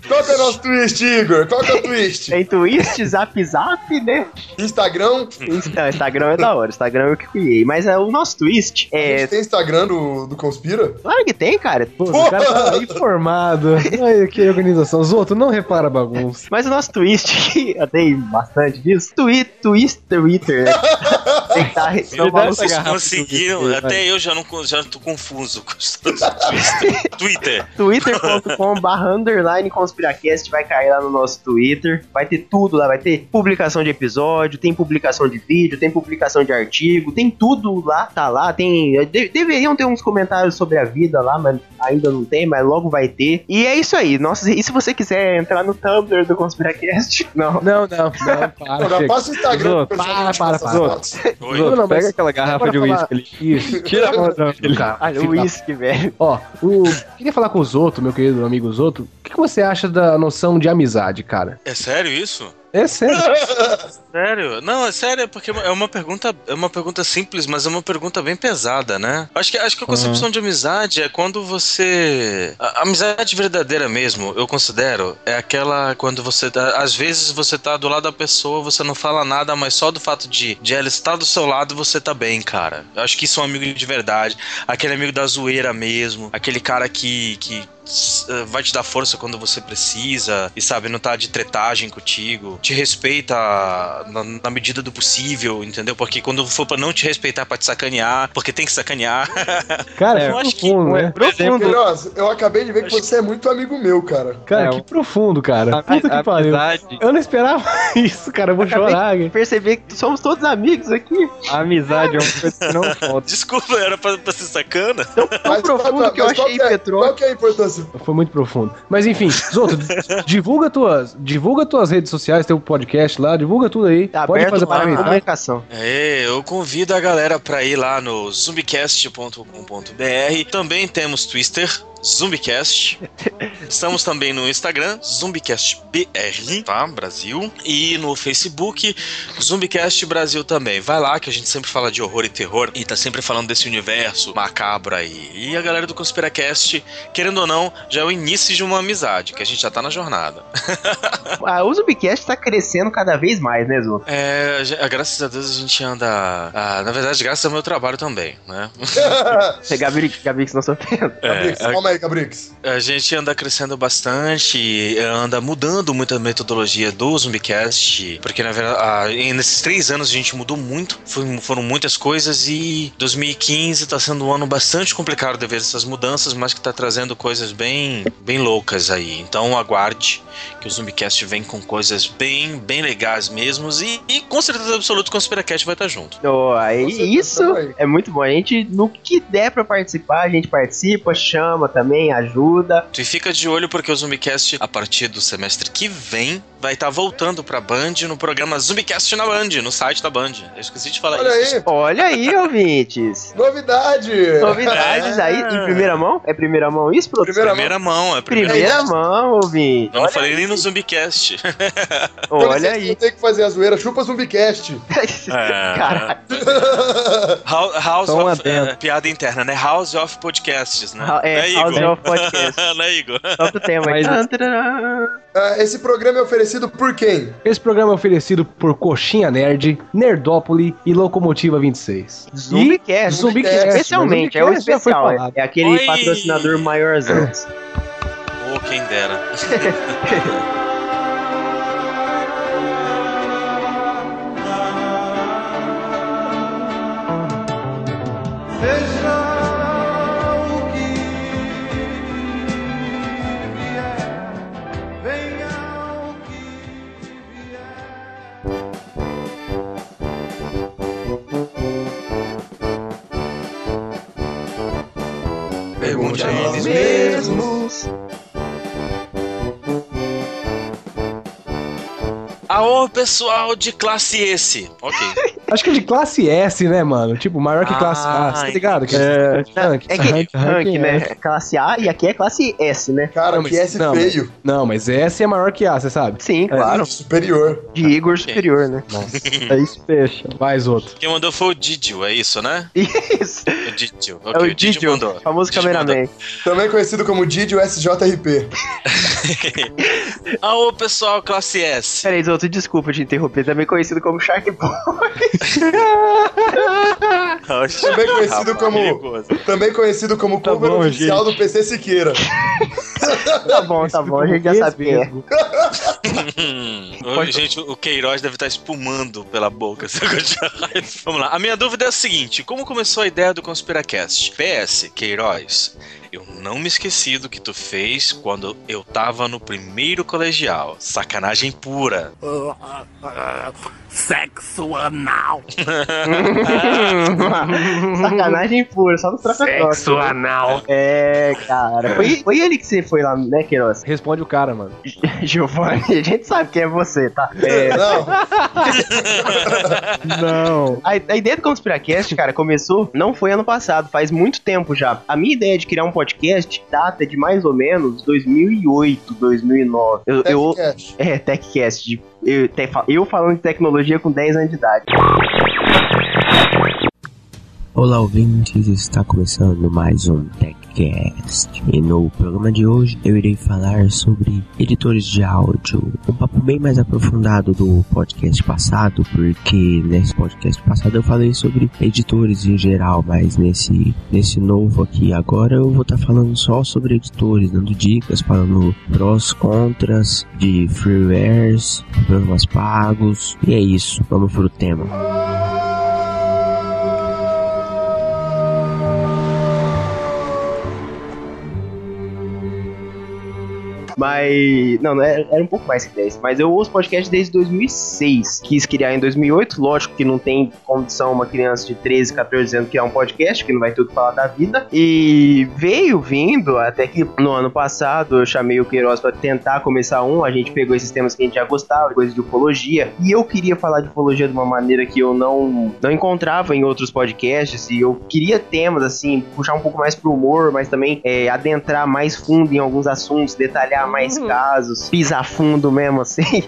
Speaker 4: Qual que é o nosso Twitch, Igor? Qual que é o Twitch?
Speaker 1: Tem Twitch, Zap Zap, né?
Speaker 4: Instagram?
Speaker 1: Insta- Instagram é da hora, Instagram eu que criei. Mas é, o nosso twist
Speaker 4: A
Speaker 1: é.
Speaker 4: gente tem Instagram do, do Conspira?
Speaker 1: Claro que tem, cara.
Speaker 2: Pô, o cara tá informado. Ai, que organização. Zoto, não repara a bagunça.
Speaker 1: Mas o nosso twist, que eu tenho bastante disso, twi twist Twitter, né? Tentar
Speaker 2: dá
Speaker 1: retomar o
Speaker 2: essa
Speaker 5: Vocês
Speaker 2: garrafa
Speaker 5: conseguiram,
Speaker 2: do-
Speaker 5: até eu já não con- já tô confuso com os Twitter. Twitter.
Speaker 1: twitter.com barra underline conspiracast vai cair lá no nosso Twitter, vai ter tudo lá, vai ter publicação de episódio, tem publicação de vídeo, tem publicação de artigo, tem tudo lá, tá lá, tem de- deveriam ter uns comentários sobre a vida lá, mas ainda não tem, mas logo vai ter. E é isso aí, nossa, e se você quiser entrar no Tumblr do Conspiracast, não,
Speaker 2: Não, não, não, para.
Speaker 4: Agora
Speaker 2: chega.
Speaker 4: passa o Instagram.
Speaker 3: Zoto,
Speaker 4: pro pessoal
Speaker 2: para,
Speaker 4: te
Speaker 2: para,
Speaker 4: passar
Speaker 2: para.
Speaker 4: as fotos.
Speaker 5: Oi.
Speaker 3: Zoto,
Speaker 2: Não, não,
Speaker 3: pega
Speaker 2: mas-
Speaker 3: aquela garrafa
Speaker 2: Bora
Speaker 3: de
Speaker 2: falar-
Speaker 3: uísque ali.
Speaker 2: Isso.
Speaker 3: Tira a mão dele.
Speaker 1: Olha o uísque, velho.
Speaker 2: Ó, o... queria falar com o Zoto, meu querido amigo Zoto. O que, que você acha da noção de amizade, cara?
Speaker 5: É sério isso?
Speaker 2: É sério.
Speaker 5: Sério? Não, é sério, porque é uma pergunta, é uma pergunta simples, mas é uma pergunta bem pesada, né? Acho que, acho que a concepção de amizade é quando você. A, a amizade verdadeira mesmo, eu considero, é aquela quando você. tá- Às vezes você tá do lado da pessoa, você não fala nada, mas só do fato de, de ela estar do seu lado, você tá bem, cara. Eu acho que isso é um amigo de verdade. Aquele amigo da zoeira mesmo, aquele cara que. que s- eh, vai te dar força quando você precisa e sabe, não tá de tretagem contigo, te respeita na, na medida do possível, entendeu? Porque quando for pra não te respeitar, pra te sacanear, porque tem que sacanear.
Speaker 2: Cara,
Speaker 3: É,
Speaker 2: que
Speaker 5: eu acho que-
Speaker 2: profundo,
Speaker 3: Um
Speaker 2: né?
Speaker 3: exemplo
Speaker 4: Queiroz, eu acabei de ver que você é muito amigo meu, cara.
Speaker 2: Cara,
Speaker 3: É,
Speaker 2: que
Speaker 3: um-
Speaker 2: profundo, cara.
Speaker 3: A-
Speaker 2: Puta
Speaker 3: a-
Speaker 2: que pariu.
Speaker 3: Amizade,
Speaker 2: Eu não esperava isso, cara. Eu vou
Speaker 1: Acabei-
Speaker 2: chorar. cara.
Speaker 1: Perceber que somos todos amigos aqui.
Speaker 3: a amizade é uma coisa que não falta.
Speaker 5: Desculpa, era pra, pra ser sacana?
Speaker 1: Tão profundo que eu
Speaker 4: mas qual
Speaker 1: achei
Speaker 4: que é-
Speaker 1: petróleo.
Speaker 4: Qual que é a importância?
Speaker 2: Foi muito profundo. Mas enfim, Zoto, divulga tuas, divulga tuas redes sociais, teu podcast lá, divulga tudo aí.
Speaker 1: Tá
Speaker 2: Pode
Speaker 1: aberto
Speaker 2: fazer
Speaker 1: para a
Speaker 2: para mim.
Speaker 1: comunicação.
Speaker 5: É, eu convido a galera pra ir lá no zumbicast.com.br. Também temos Twitter, Zumbicast. Estamos também no Instagram, ZumbicastBR, tá? Brasil. E no Facebook, Zumbicast Brasil também. Vai lá que a gente sempre fala de horror e terror e tá sempre falando desse universo macabro aí. E a galera do Conspiracast, querendo ou não, já é o início de uma amizade, que a gente já tá na jornada.
Speaker 1: Ah, o Zubcast tá crescendo cada vez mais, né, Zoto?
Speaker 5: É, já- graças a Deus a gente anda. ah, na verdade, graças ao meu trabalho também, né?
Speaker 1: Você, Gabi, Gabi, que você tá não sou ofenda.
Speaker 4: Gabrix,
Speaker 5: a-
Speaker 4: calma aí, Gabrix.
Speaker 5: A gente anda crescendo bastante, anda mudando muito a metodologia do Zumbicast, porque na verdade, ah, e nesses três anos a gente mudou muito, foi- foram muitas coisas e 2015 está sendo um ano bastante complicado devido a essas mudanças, mas que está trazendo coisas bem, bem loucas aí. Então aguarde que o Zumbicast vem com coisas bem, bem legais mesmos e, e com certeza absoluta o Conspiracast vai estar junto.
Speaker 1: Oh,
Speaker 4: Com certeza,
Speaker 1: aí, isso
Speaker 4: tamo aí.
Speaker 1: é muito bom. A gente, no que der pra participar, a gente participa, chama também, ajuda.
Speaker 5: E fica de olho porque o Zumbicast, a partir do semestre que vem, vai estar voltando pra Band no programa Zumbicast na Band, no site da Band. Eu esqueci de falar
Speaker 4: Olha
Speaker 5: isso.
Speaker 4: aí,
Speaker 1: Olha aí, ouvintes.
Speaker 4: novidade.
Speaker 1: Novidades aí. Em primeira mão? É primeira mão isso, produção?
Speaker 4: Primeira
Speaker 5: Primeira mão, é primeira.
Speaker 1: Primeira, mão, ouvinte.
Speaker 5: Eu não
Speaker 1: Olha,
Speaker 5: falei nem no Zumbicast.
Speaker 1: olha
Speaker 4: Eu
Speaker 1: aí.
Speaker 4: tenho que fazer a zoeira, chupa zumbicast.
Speaker 2: É.
Speaker 1: Caraca.
Speaker 5: Hou- House
Speaker 3: Toma
Speaker 5: of.
Speaker 3: dentro.
Speaker 5: é, piada interna, né? House of Podcasts, né?
Speaker 1: Ha- é,
Speaker 5: Né,
Speaker 1: House
Speaker 5: Igor?
Speaker 1: of Podcasts.
Speaker 5: né, Igor?
Speaker 1: Solta o tema aí.
Speaker 3: Mas-
Speaker 1: Tan, tarará.
Speaker 4: Ah, esse programa é oferecido por quem?
Speaker 2: Esse programa é oferecido por Coxinha Nerd, Nerdópole e Locomotiva 26.
Speaker 1: Zumbicast.
Speaker 4: Zumbicast,
Speaker 1: É Especialmente, é o
Speaker 2: Zumbicast já foi
Speaker 1: especial. É,
Speaker 2: falado.
Speaker 1: é aquele
Speaker 5: Oi.
Speaker 1: patrocinador maiorzão.
Speaker 5: Ou quem dera. Pergunte a eles
Speaker 1: mesmos.
Speaker 5: Aô, pessoal de classe esse. Ok.
Speaker 2: Acho que é de classe S, né, mano? Tipo, maior que classe
Speaker 5: Ah,
Speaker 2: A, você tá ligado? Que
Speaker 3: É,
Speaker 2: tanque.
Speaker 1: É que rank,
Speaker 2: rank,
Speaker 1: né? É classe A e aqui é classe S, né?
Speaker 4: Cara,
Speaker 2: Não,
Speaker 4: que
Speaker 2: mas-
Speaker 4: S
Speaker 2: não,
Speaker 4: feio.
Speaker 2: Não, mas S é maior que A, você sabe?
Speaker 1: Sim, claro.
Speaker 4: Superior.
Speaker 1: É, De Igor superior, né?
Speaker 3: é isso, fecha.
Speaker 2: Mais outro.
Speaker 5: Quem mandou foi o Didio, é isso, né?
Speaker 1: Isso.
Speaker 5: O Didio. Ok,
Speaker 1: É o Didio,
Speaker 5: mandou.
Speaker 1: famoso
Speaker 5: Didio
Speaker 1: cameraman.
Speaker 4: Também conhecido como Didi SJRP.
Speaker 5: mandou. Ah, ô pessoal, classe S.
Speaker 1: Peraí, Zoto, desculpa te interromper. Também conhecido como Shark Boy.
Speaker 4: Também conhecido como-
Speaker 5: é
Speaker 4: Também conhecido como
Speaker 3: Tá
Speaker 4: cover
Speaker 3: bom,
Speaker 4: oficial do PC Siqueira.
Speaker 1: Tá bom, tá bom, a gente já
Speaker 2: Esse
Speaker 1: sabe quem é.
Speaker 2: mesmo.
Speaker 5: Ô, Gente, Hum, o Queiroz deve estar espumando pela boca. se eu continuar. Vamos lá. A minha dúvida é a seguinte: como começou a ideia do Conspiracast? PS, Queiroz, eu não me esqueci do que tu fez quando eu tava no primeiro colegial. Sacanagem pura.
Speaker 8: Sexo anal.
Speaker 1: Sacanagem pura, só no troca-troca.
Speaker 8: Sexo anal.
Speaker 1: É, cara. Foi, foi ele que você foi lá, né, Queiroz?
Speaker 2: Responde o cara, mano.
Speaker 1: Giovanni, a gente sabe quem é você, tá? É,
Speaker 4: Não,
Speaker 2: Não.
Speaker 1: A, a ideia do Conspiracast, cara, começou, não foi ano passado, faz muito tempo já. A minha ideia de criar um podcast data de mais ou menos 2008, 2009. Eu, eu,
Speaker 4: Techcast.
Speaker 1: é, TechCast. de- Eu, te- eu falando de tecnologia com 10 anos de idade.
Speaker 9: Olá, ouvintes, está começando mais um TechCast. E no programa de hoje eu irei falar sobre editores de áudio. Um papo bem mais aprofundado do podcast passado, porque nesse podcast passado eu falei sobre editores em geral, mas nesse, nesse novo aqui agora eu vou estar falando só sobre editores, dando dicas, falando prós, contras de freewares, programas pagos. E é isso, vamos pro tema.
Speaker 1: Mas. Não, não era, era um pouco mais que 10. Mas eu ouço podcast desde 2006. Quis criar em 2008. Lógico que não tem condição uma criança de 13, 14 anos criar um podcast, que não vai ter o que falar da vida. E veio vindo, até que no ano passado eu chamei o Queiroz pra tentar começar um. A gente pegou esses temas que a gente já gostava, coisas de ufologia. E eu queria falar de ufologia de uma maneira que eu não, não encontrava em outros podcasts. E eu queria temas, assim, puxar um pouco mais pro humor, mas também é, adentrar mais fundo em alguns assuntos, detalhar mais casos, pisar fundo mesmo, assim,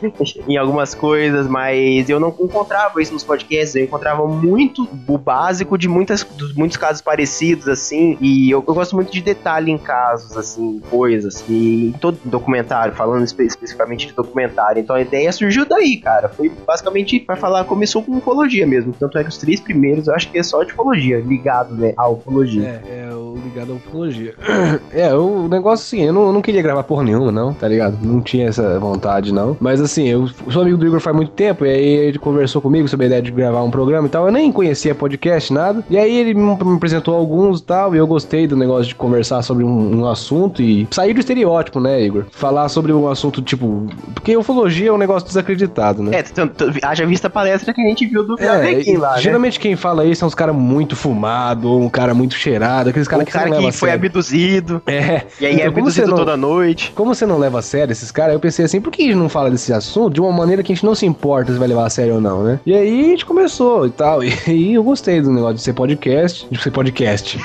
Speaker 1: em algumas coisas. Mas eu não encontrava isso nos podcasts. Eu encontrava muito o básico de muitas, dos muitos casos parecidos, assim. E eu, eu gosto muito de detalhe em casos, assim, coisas. E em todo documentário, falando espe- especificamente de documentário. Então a ideia surgiu daí, cara. Foi basicamente pra falar, começou com ufologia mesmo. Tanto é que os três primeiros eu acho que é só de ufologia, ligado, né, à ufologia.
Speaker 2: É, é o ligado à ufologia. É, o negócio assim, eu não, eu não queria gravar porra nenhuma, não, tá ligado? Não tinha essa vontade, não. Mas assim, eu sou amigo do Igor faz muito tempo, e aí ele conversou comigo sobre a ideia de gravar um programa e tal. Eu nem conhecia podcast, nada. E aí ele me me apresentou alguns e tal, e eu gostei do negócio de conversar sobre um, um assunto e sair do estereótipo, né, Igor? Falar sobre um assunto tipo. Porque ufologia é um negócio desacreditado, né?
Speaker 1: É, tanto, haja vista a palestra que a gente viu do
Speaker 2: É,
Speaker 1: Viavequim
Speaker 2: e
Speaker 1: lá, né?
Speaker 2: geralmente quem fala isso é uns caras muito fumado, ou um cara muito cheirado, aqueles caras
Speaker 1: o
Speaker 2: que você
Speaker 1: cara
Speaker 2: não é
Speaker 1: que
Speaker 2: leva a
Speaker 1: foi
Speaker 2: sério.
Speaker 1: abduzido,
Speaker 2: É,
Speaker 1: e aí é
Speaker 2: Então, como você
Speaker 1: abduzido
Speaker 2: não-
Speaker 1: toda noite.
Speaker 2: como você não leva a sério esses caras, eu pensei assim, por que a gente não fala desse assunto de uma maneira que a gente não se importa se vai levar a sério ou não, né? E aí a gente começou e tal, e aí eu gostei do negócio de ser podcast, de ser podcast,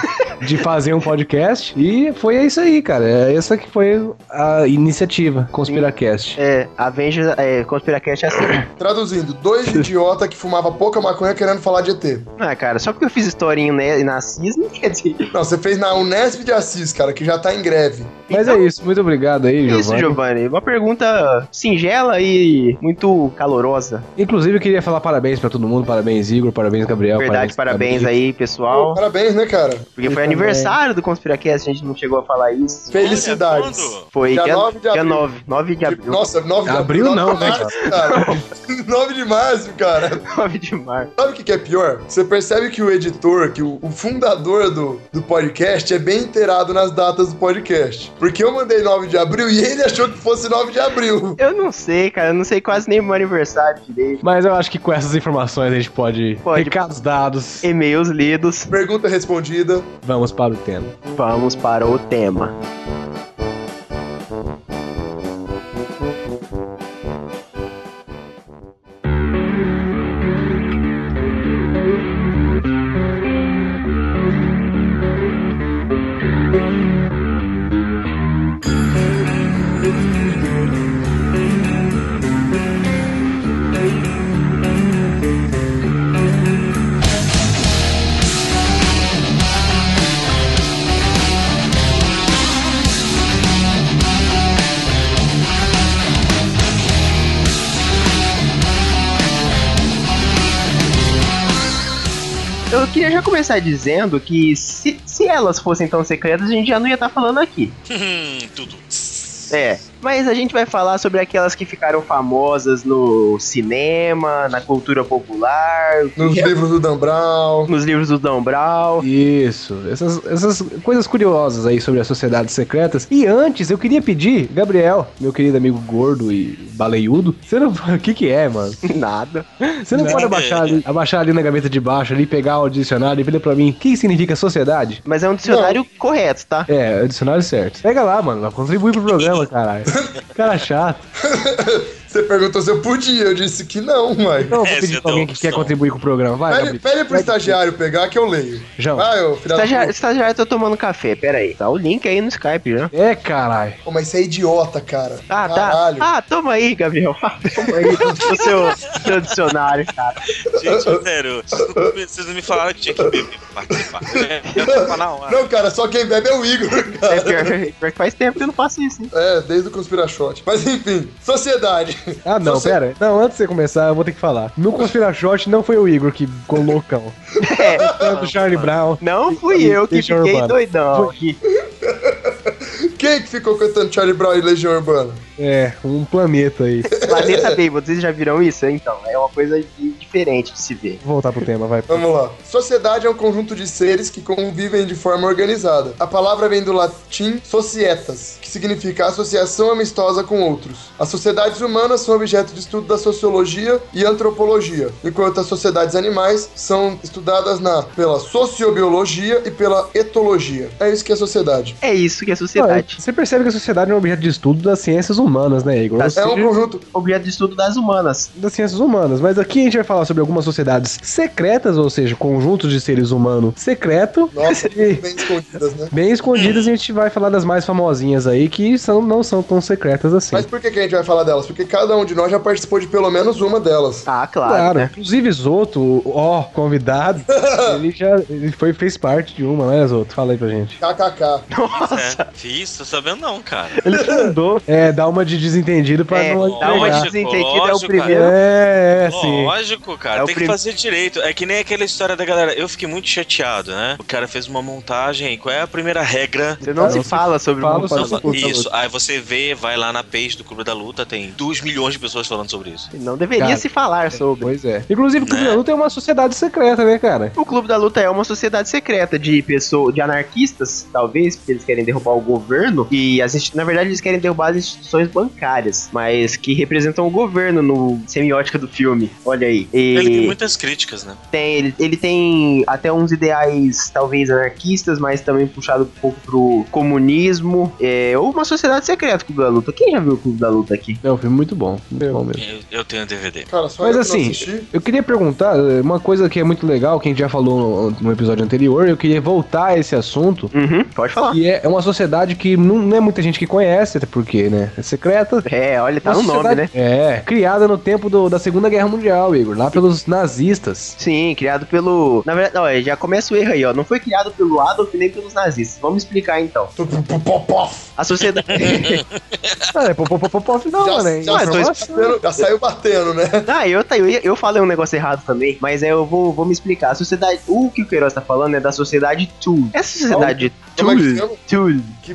Speaker 2: de fazer um podcast, e foi isso aí, cara, é essa que foi a iniciativa, Conspiracast.
Speaker 1: É, Avengers, é, Conspiracast é assim.
Speaker 4: traduzindo, dois idiota que fumava pouca maconha querendo falar de ET.
Speaker 1: ah, cara, só porque eu fiz historinha né, e nasci, não quer dizer
Speaker 4: Não, você fez na Unesp de Assis, cara, que já tá em greve.
Speaker 2: Mas é isso, muito obrigado aí, Giovanni.
Speaker 1: então- isso, Giovanni. Uma pergunta singela e muito calorosa.
Speaker 2: Inclusive, eu queria falar parabéns pra todo mundo, parabéns Igor, parabéns Gabriel.
Speaker 1: Verdade, parabéns
Speaker 2: Gabi.
Speaker 1: aí,
Speaker 4: Pô,
Speaker 1: pessoal.
Speaker 4: parabéns, né, cara?
Speaker 1: Porque foi aniversário do Conspiracast, a gente não chegou a falar isso.
Speaker 4: Felicidades.
Speaker 5: Olha, quando?
Speaker 1: Foi
Speaker 4: Dia
Speaker 1: dia
Speaker 4: 9 de
Speaker 1: 9, dia 9, 9 de abril.
Speaker 4: abril. Nossa, 9 de
Speaker 2: Abril não,
Speaker 4: nove de
Speaker 2: né,
Speaker 4: março, cara. 9 de março, cara.
Speaker 1: 9 de março.
Speaker 4: Sabe o que que é pior? Você percebe que o editor, que o, o fundador do, do podcast é bem inteirado nas datas do podcast. Porque eu mandei 9 de abril e ele achou que fosse 9 de abril.
Speaker 1: Eu não sei, cara, eu não sei quase nem o meu aniversário direito.
Speaker 2: Mas eu acho que com essas informações a gente pode...
Speaker 1: Pode.
Speaker 2: Recados dados,
Speaker 1: E-mails lidos,
Speaker 4: Pergunta respondida.
Speaker 2: vamos para o tema.
Speaker 1: vamos para o tema. Eu queria já começar dizendo que tá se, se elas fossem tão secretas, a gente já não ia estar falando aqui.
Speaker 5: Hum, Tudo.
Speaker 1: É, Mas a gente vai falar sobre aquelas que ficaram famosas no cinema, na cultura popular,
Speaker 4: Nos livros do Dan Brown.
Speaker 1: nos livros do Dan Brown.
Speaker 2: Isso, essas, essas coisas curiosas aí sobre as sociedades secretas. E antes, eu queria pedir, Gabriel, meu querido amigo gordo e baleiudo, você não. O que que é, mano?
Speaker 1: Nada.
Speaker 2: Você não, pode abaixar ali, abaixar ali na gaveta de baixo, ali, pegar o dicionário e ver pra mim o que significa sociedade?
Speaker 1: Mas é um dicionário correto, tá?
Speaker 2: É, é o dicionário certo. Pega lá, mano, lá, contribui pro programa, caralho. Cara chato.
Speaker 4: Você perguntou se eu podia, eu disse que não, mãe.
Speaker 2: Não, Então, vou
Speaker 5: Essa
Speaker 2: pedir
Speaker 5: eu
Speaker 2: pra
Speaker 5: dou
Speaker 2: alguém que quer
Speaker 5: opção.
Speaker 2: contribuir com o programa, vai,
Speaker 4: Pede,
Speaker 2: Gabriel.
Speaker 4: pede pro estagiário pegar que eu leio.
Speaker 2: João.
Speaker 4: Vai, ô filha da
Speaker 1: Estagiário,
Speaker 4: puta.
Speaker 1: estagiário tá tomando café, pera aí. Tá o link aí no Skype já.
Speaker 2: É, caralho.
Speaker 4: Pô, mas você é idiota, cara.
Speaker 1: Ah,
Speaker 4: Caralho.
Speaker 1: tá. Ah, toma aí, Gabriel. Toma aí o seu, seu dicionário, cara.
Speaker 5: Gente, sério, vocês não- vocês não me falaram que tinha que beber pra participar. né? Eu ia falar na hora.
Speaker 4: Não, cara, só quem bebe é o Igor, cara.
Speaker 1: É pior, pior que faz tempo que eu não faço isso, hein?
Speaker 4: É, desde o Conspirachot. Mas enfim, sociedade.
Speaker 2: Ah, não,
Speaker 4: Socie-
Speaker 2: pera. Não, antes de você começar, eu vou ter que falar. No Conspira Shot não foi o Igor que ficou loucão.
Speaker 1: É,
Speaker 2: Foi do Charlie Brown.
Speaker 1: não fui eu que
Speaker 2: Deixa eu
Speaker 1: fiquei
Speaker 2: urbano.
Speaker 1: doidão.
Speaker 4: Quem é que ficou cantando Charlie Brown e Legião Urbana?
Speaker 2: É, um planeta aí.
Speaker 1: Planeta Baby, vocês já viram isso? Então, é uma coisa de- diferente de se ver.
Speaker 2: Vou voltar pro tema, vai.
Speaker 4: Vamos lá. Sociedade é um conjunto de seres que convivem de forma organizada. A palavra vem do latim societas, que significa associação amistosa com outros. As sociedades humanas são objeto de estudo da sociologia e antropologia, enquanto as sociedades animais são estudadas na pela sociobiologia e pela etologia. É isso que é sociedade.
Speaker 1: É isso que é
Speaker 2: Ué,
Speaker 1: sociedade.
Speaker 2: Você percebe que a sociedade é um objeto de estudo das ciências humanas, né, Igor?
Speaker 1: Tá
Speaker 2: Ou
Speaker 4: É um
Speaker 2: seja,
Speaker 4: conjunto.
Speaker 1: Objeto de estudo das humanas.
Speaker 2: das ciências humanas, mas aqui a gente vai falar sobre algumas sociedades secretas, ou seja, conjuntos de seres humanos secreto.
Speaker 4: Nossa,
Speaker 2: E
Speaker 4: bem escondidas, né?
Speaker 2: bem escondidas, a gente vai falar das mais famosinhas aí, que são, não são tão secretas assim.
Speaker 4: Mas por que, que a gente vai falar delas? Porque cada um de nós já participou de pelo menos uma delas.
Speaker 1: Ah, claro.
Speaker 2: Claro,
Speaker 1: Né?
Speaker 2: inclusive Zoto, ó, convidado, ele já ele foi, fez parte de uma, né, Zoto? Fala aí pra gente.
Speaker 4: KKK.
Speaker 5: É, fiz, tô sabendo não, cara.
Speaker 2: Ele mandou é, dar uma de desentendido pra
Speaker 1: É,
Speaker 2: não
Speaker 1: dá uma
Speaker 2: entregar.
Speaker 1: desentendida, é o
Speaker 5: Lógico,
Speaker 1: primeiro.
Speaker 2: É, é, sim.
Speaker 5: Lógico, cara,
Speaker 1: É o
Speaker 5: tem
Speaker 1: prim-
Speaker 5: que fazer direito. É que nem aquela história da galera. Eu fiquei muito chateado, né? O cara fez uma montagem. Qual é a primeira regra?
Speaker 1: Você não
Speaker 2: Não
Speaker 1: se
Speaker 2: se
Speaker 1: fala sobre
Speaker 2: fala
Speaker 1: o
Speaker 2: sobre-
Speaker 5: Não,
Speaker 2: Pode
Speaker 1: mundo.
Speaker 2: ser curta,
Speaker 5: isso. Aí você vê, vai lá na page do Clube da Luta, tem 2 milhões de pessoas falando sobre isso.
Speaker 1: Não deveria
Speaker 2: Cara.
Speaker 1: se falar sobre.
Speaker 2: Pois é. Inclusive, o Clube
Speaker 1: Né?
Speaker 2: da Luta é uma sociedade secreta, né, cara?
Speaker 1: O Clube da Luta é uma sociedade secreta de pessoas, de anarquistas, talvez, porque eles querem derrubar o governo e as, insti- na verdade eles querem derrubar as instituições bancárias, mas que representam o governo no semiótica do filme. Olha aí. E
Speaker 5: Ele tem muitas críticas, né?
Speaker 1: tem, ele, ele tem até uns ideais, talvez anarquistas, mas também puxado um pouco pro comunismo. É ou uma sociedade secreta, o Clube da Luta. Quem já viu o Clube da Luta aqui?
Speaker 2: É um filme muito bom. Muito
Speaker 4: Eu.
Speaker 2: bom mesmo.
Speaker 5: Eu, eu tenho DVD.
Speaker 4: Cara, só
Speaker 2: Mas
Speaker 4: eu que não
Speaker 2: assim,
Speaker 4: assisti.
Speaker 2: eu queria perguntar eh, uma coisa que é muito legal, que a gente já falou no, no episódio anterior, eu queria voltar a esse assunto,
Speaker 1: Uhum, pode falar.
Speaker 2: que é é uma sociedade que não, não é muita gente que conhece, até porque, né, é secreta.
Speaker 1: É, olha, tá
Speaker 2: Uma
Speaker 1: no nome,
Speaker 2: sociedade-
Speaker 1: né?
Speaker 2: É, criada no tempo do- da Segunda Guerra Mundial, Igor, lá pelos nazistas.
Speaker 1: Sim, criado pelo. Na verdade, ó, já começa o erro aí, ó. Não foi criado pelo Adolf nem pelos nazistas. Vamos explicar então.
Speaker 4: Popopof.
Speaker 1: A sociedade.
Speaker 2: Ah, é pô, pô, pô, pô, pô, não, mano, é
Speaker 4: já, saiu
Speaker 2: informação.
Speaker 4: batendo, já saiu batendo, né?
Speaker 1: ah, eu, tá, eu, ia- eu falei um negócio errado também, mas é, eu vou, vou me explicar. A sociedade. O que o Queiroz tá falando é da sociedade Tool. Essa sociedade
Speaker 4: Como é que
Speaker 1: Tool.
Speaker 4: chama?
Speaker 1: Tool.
Speaker 4: Que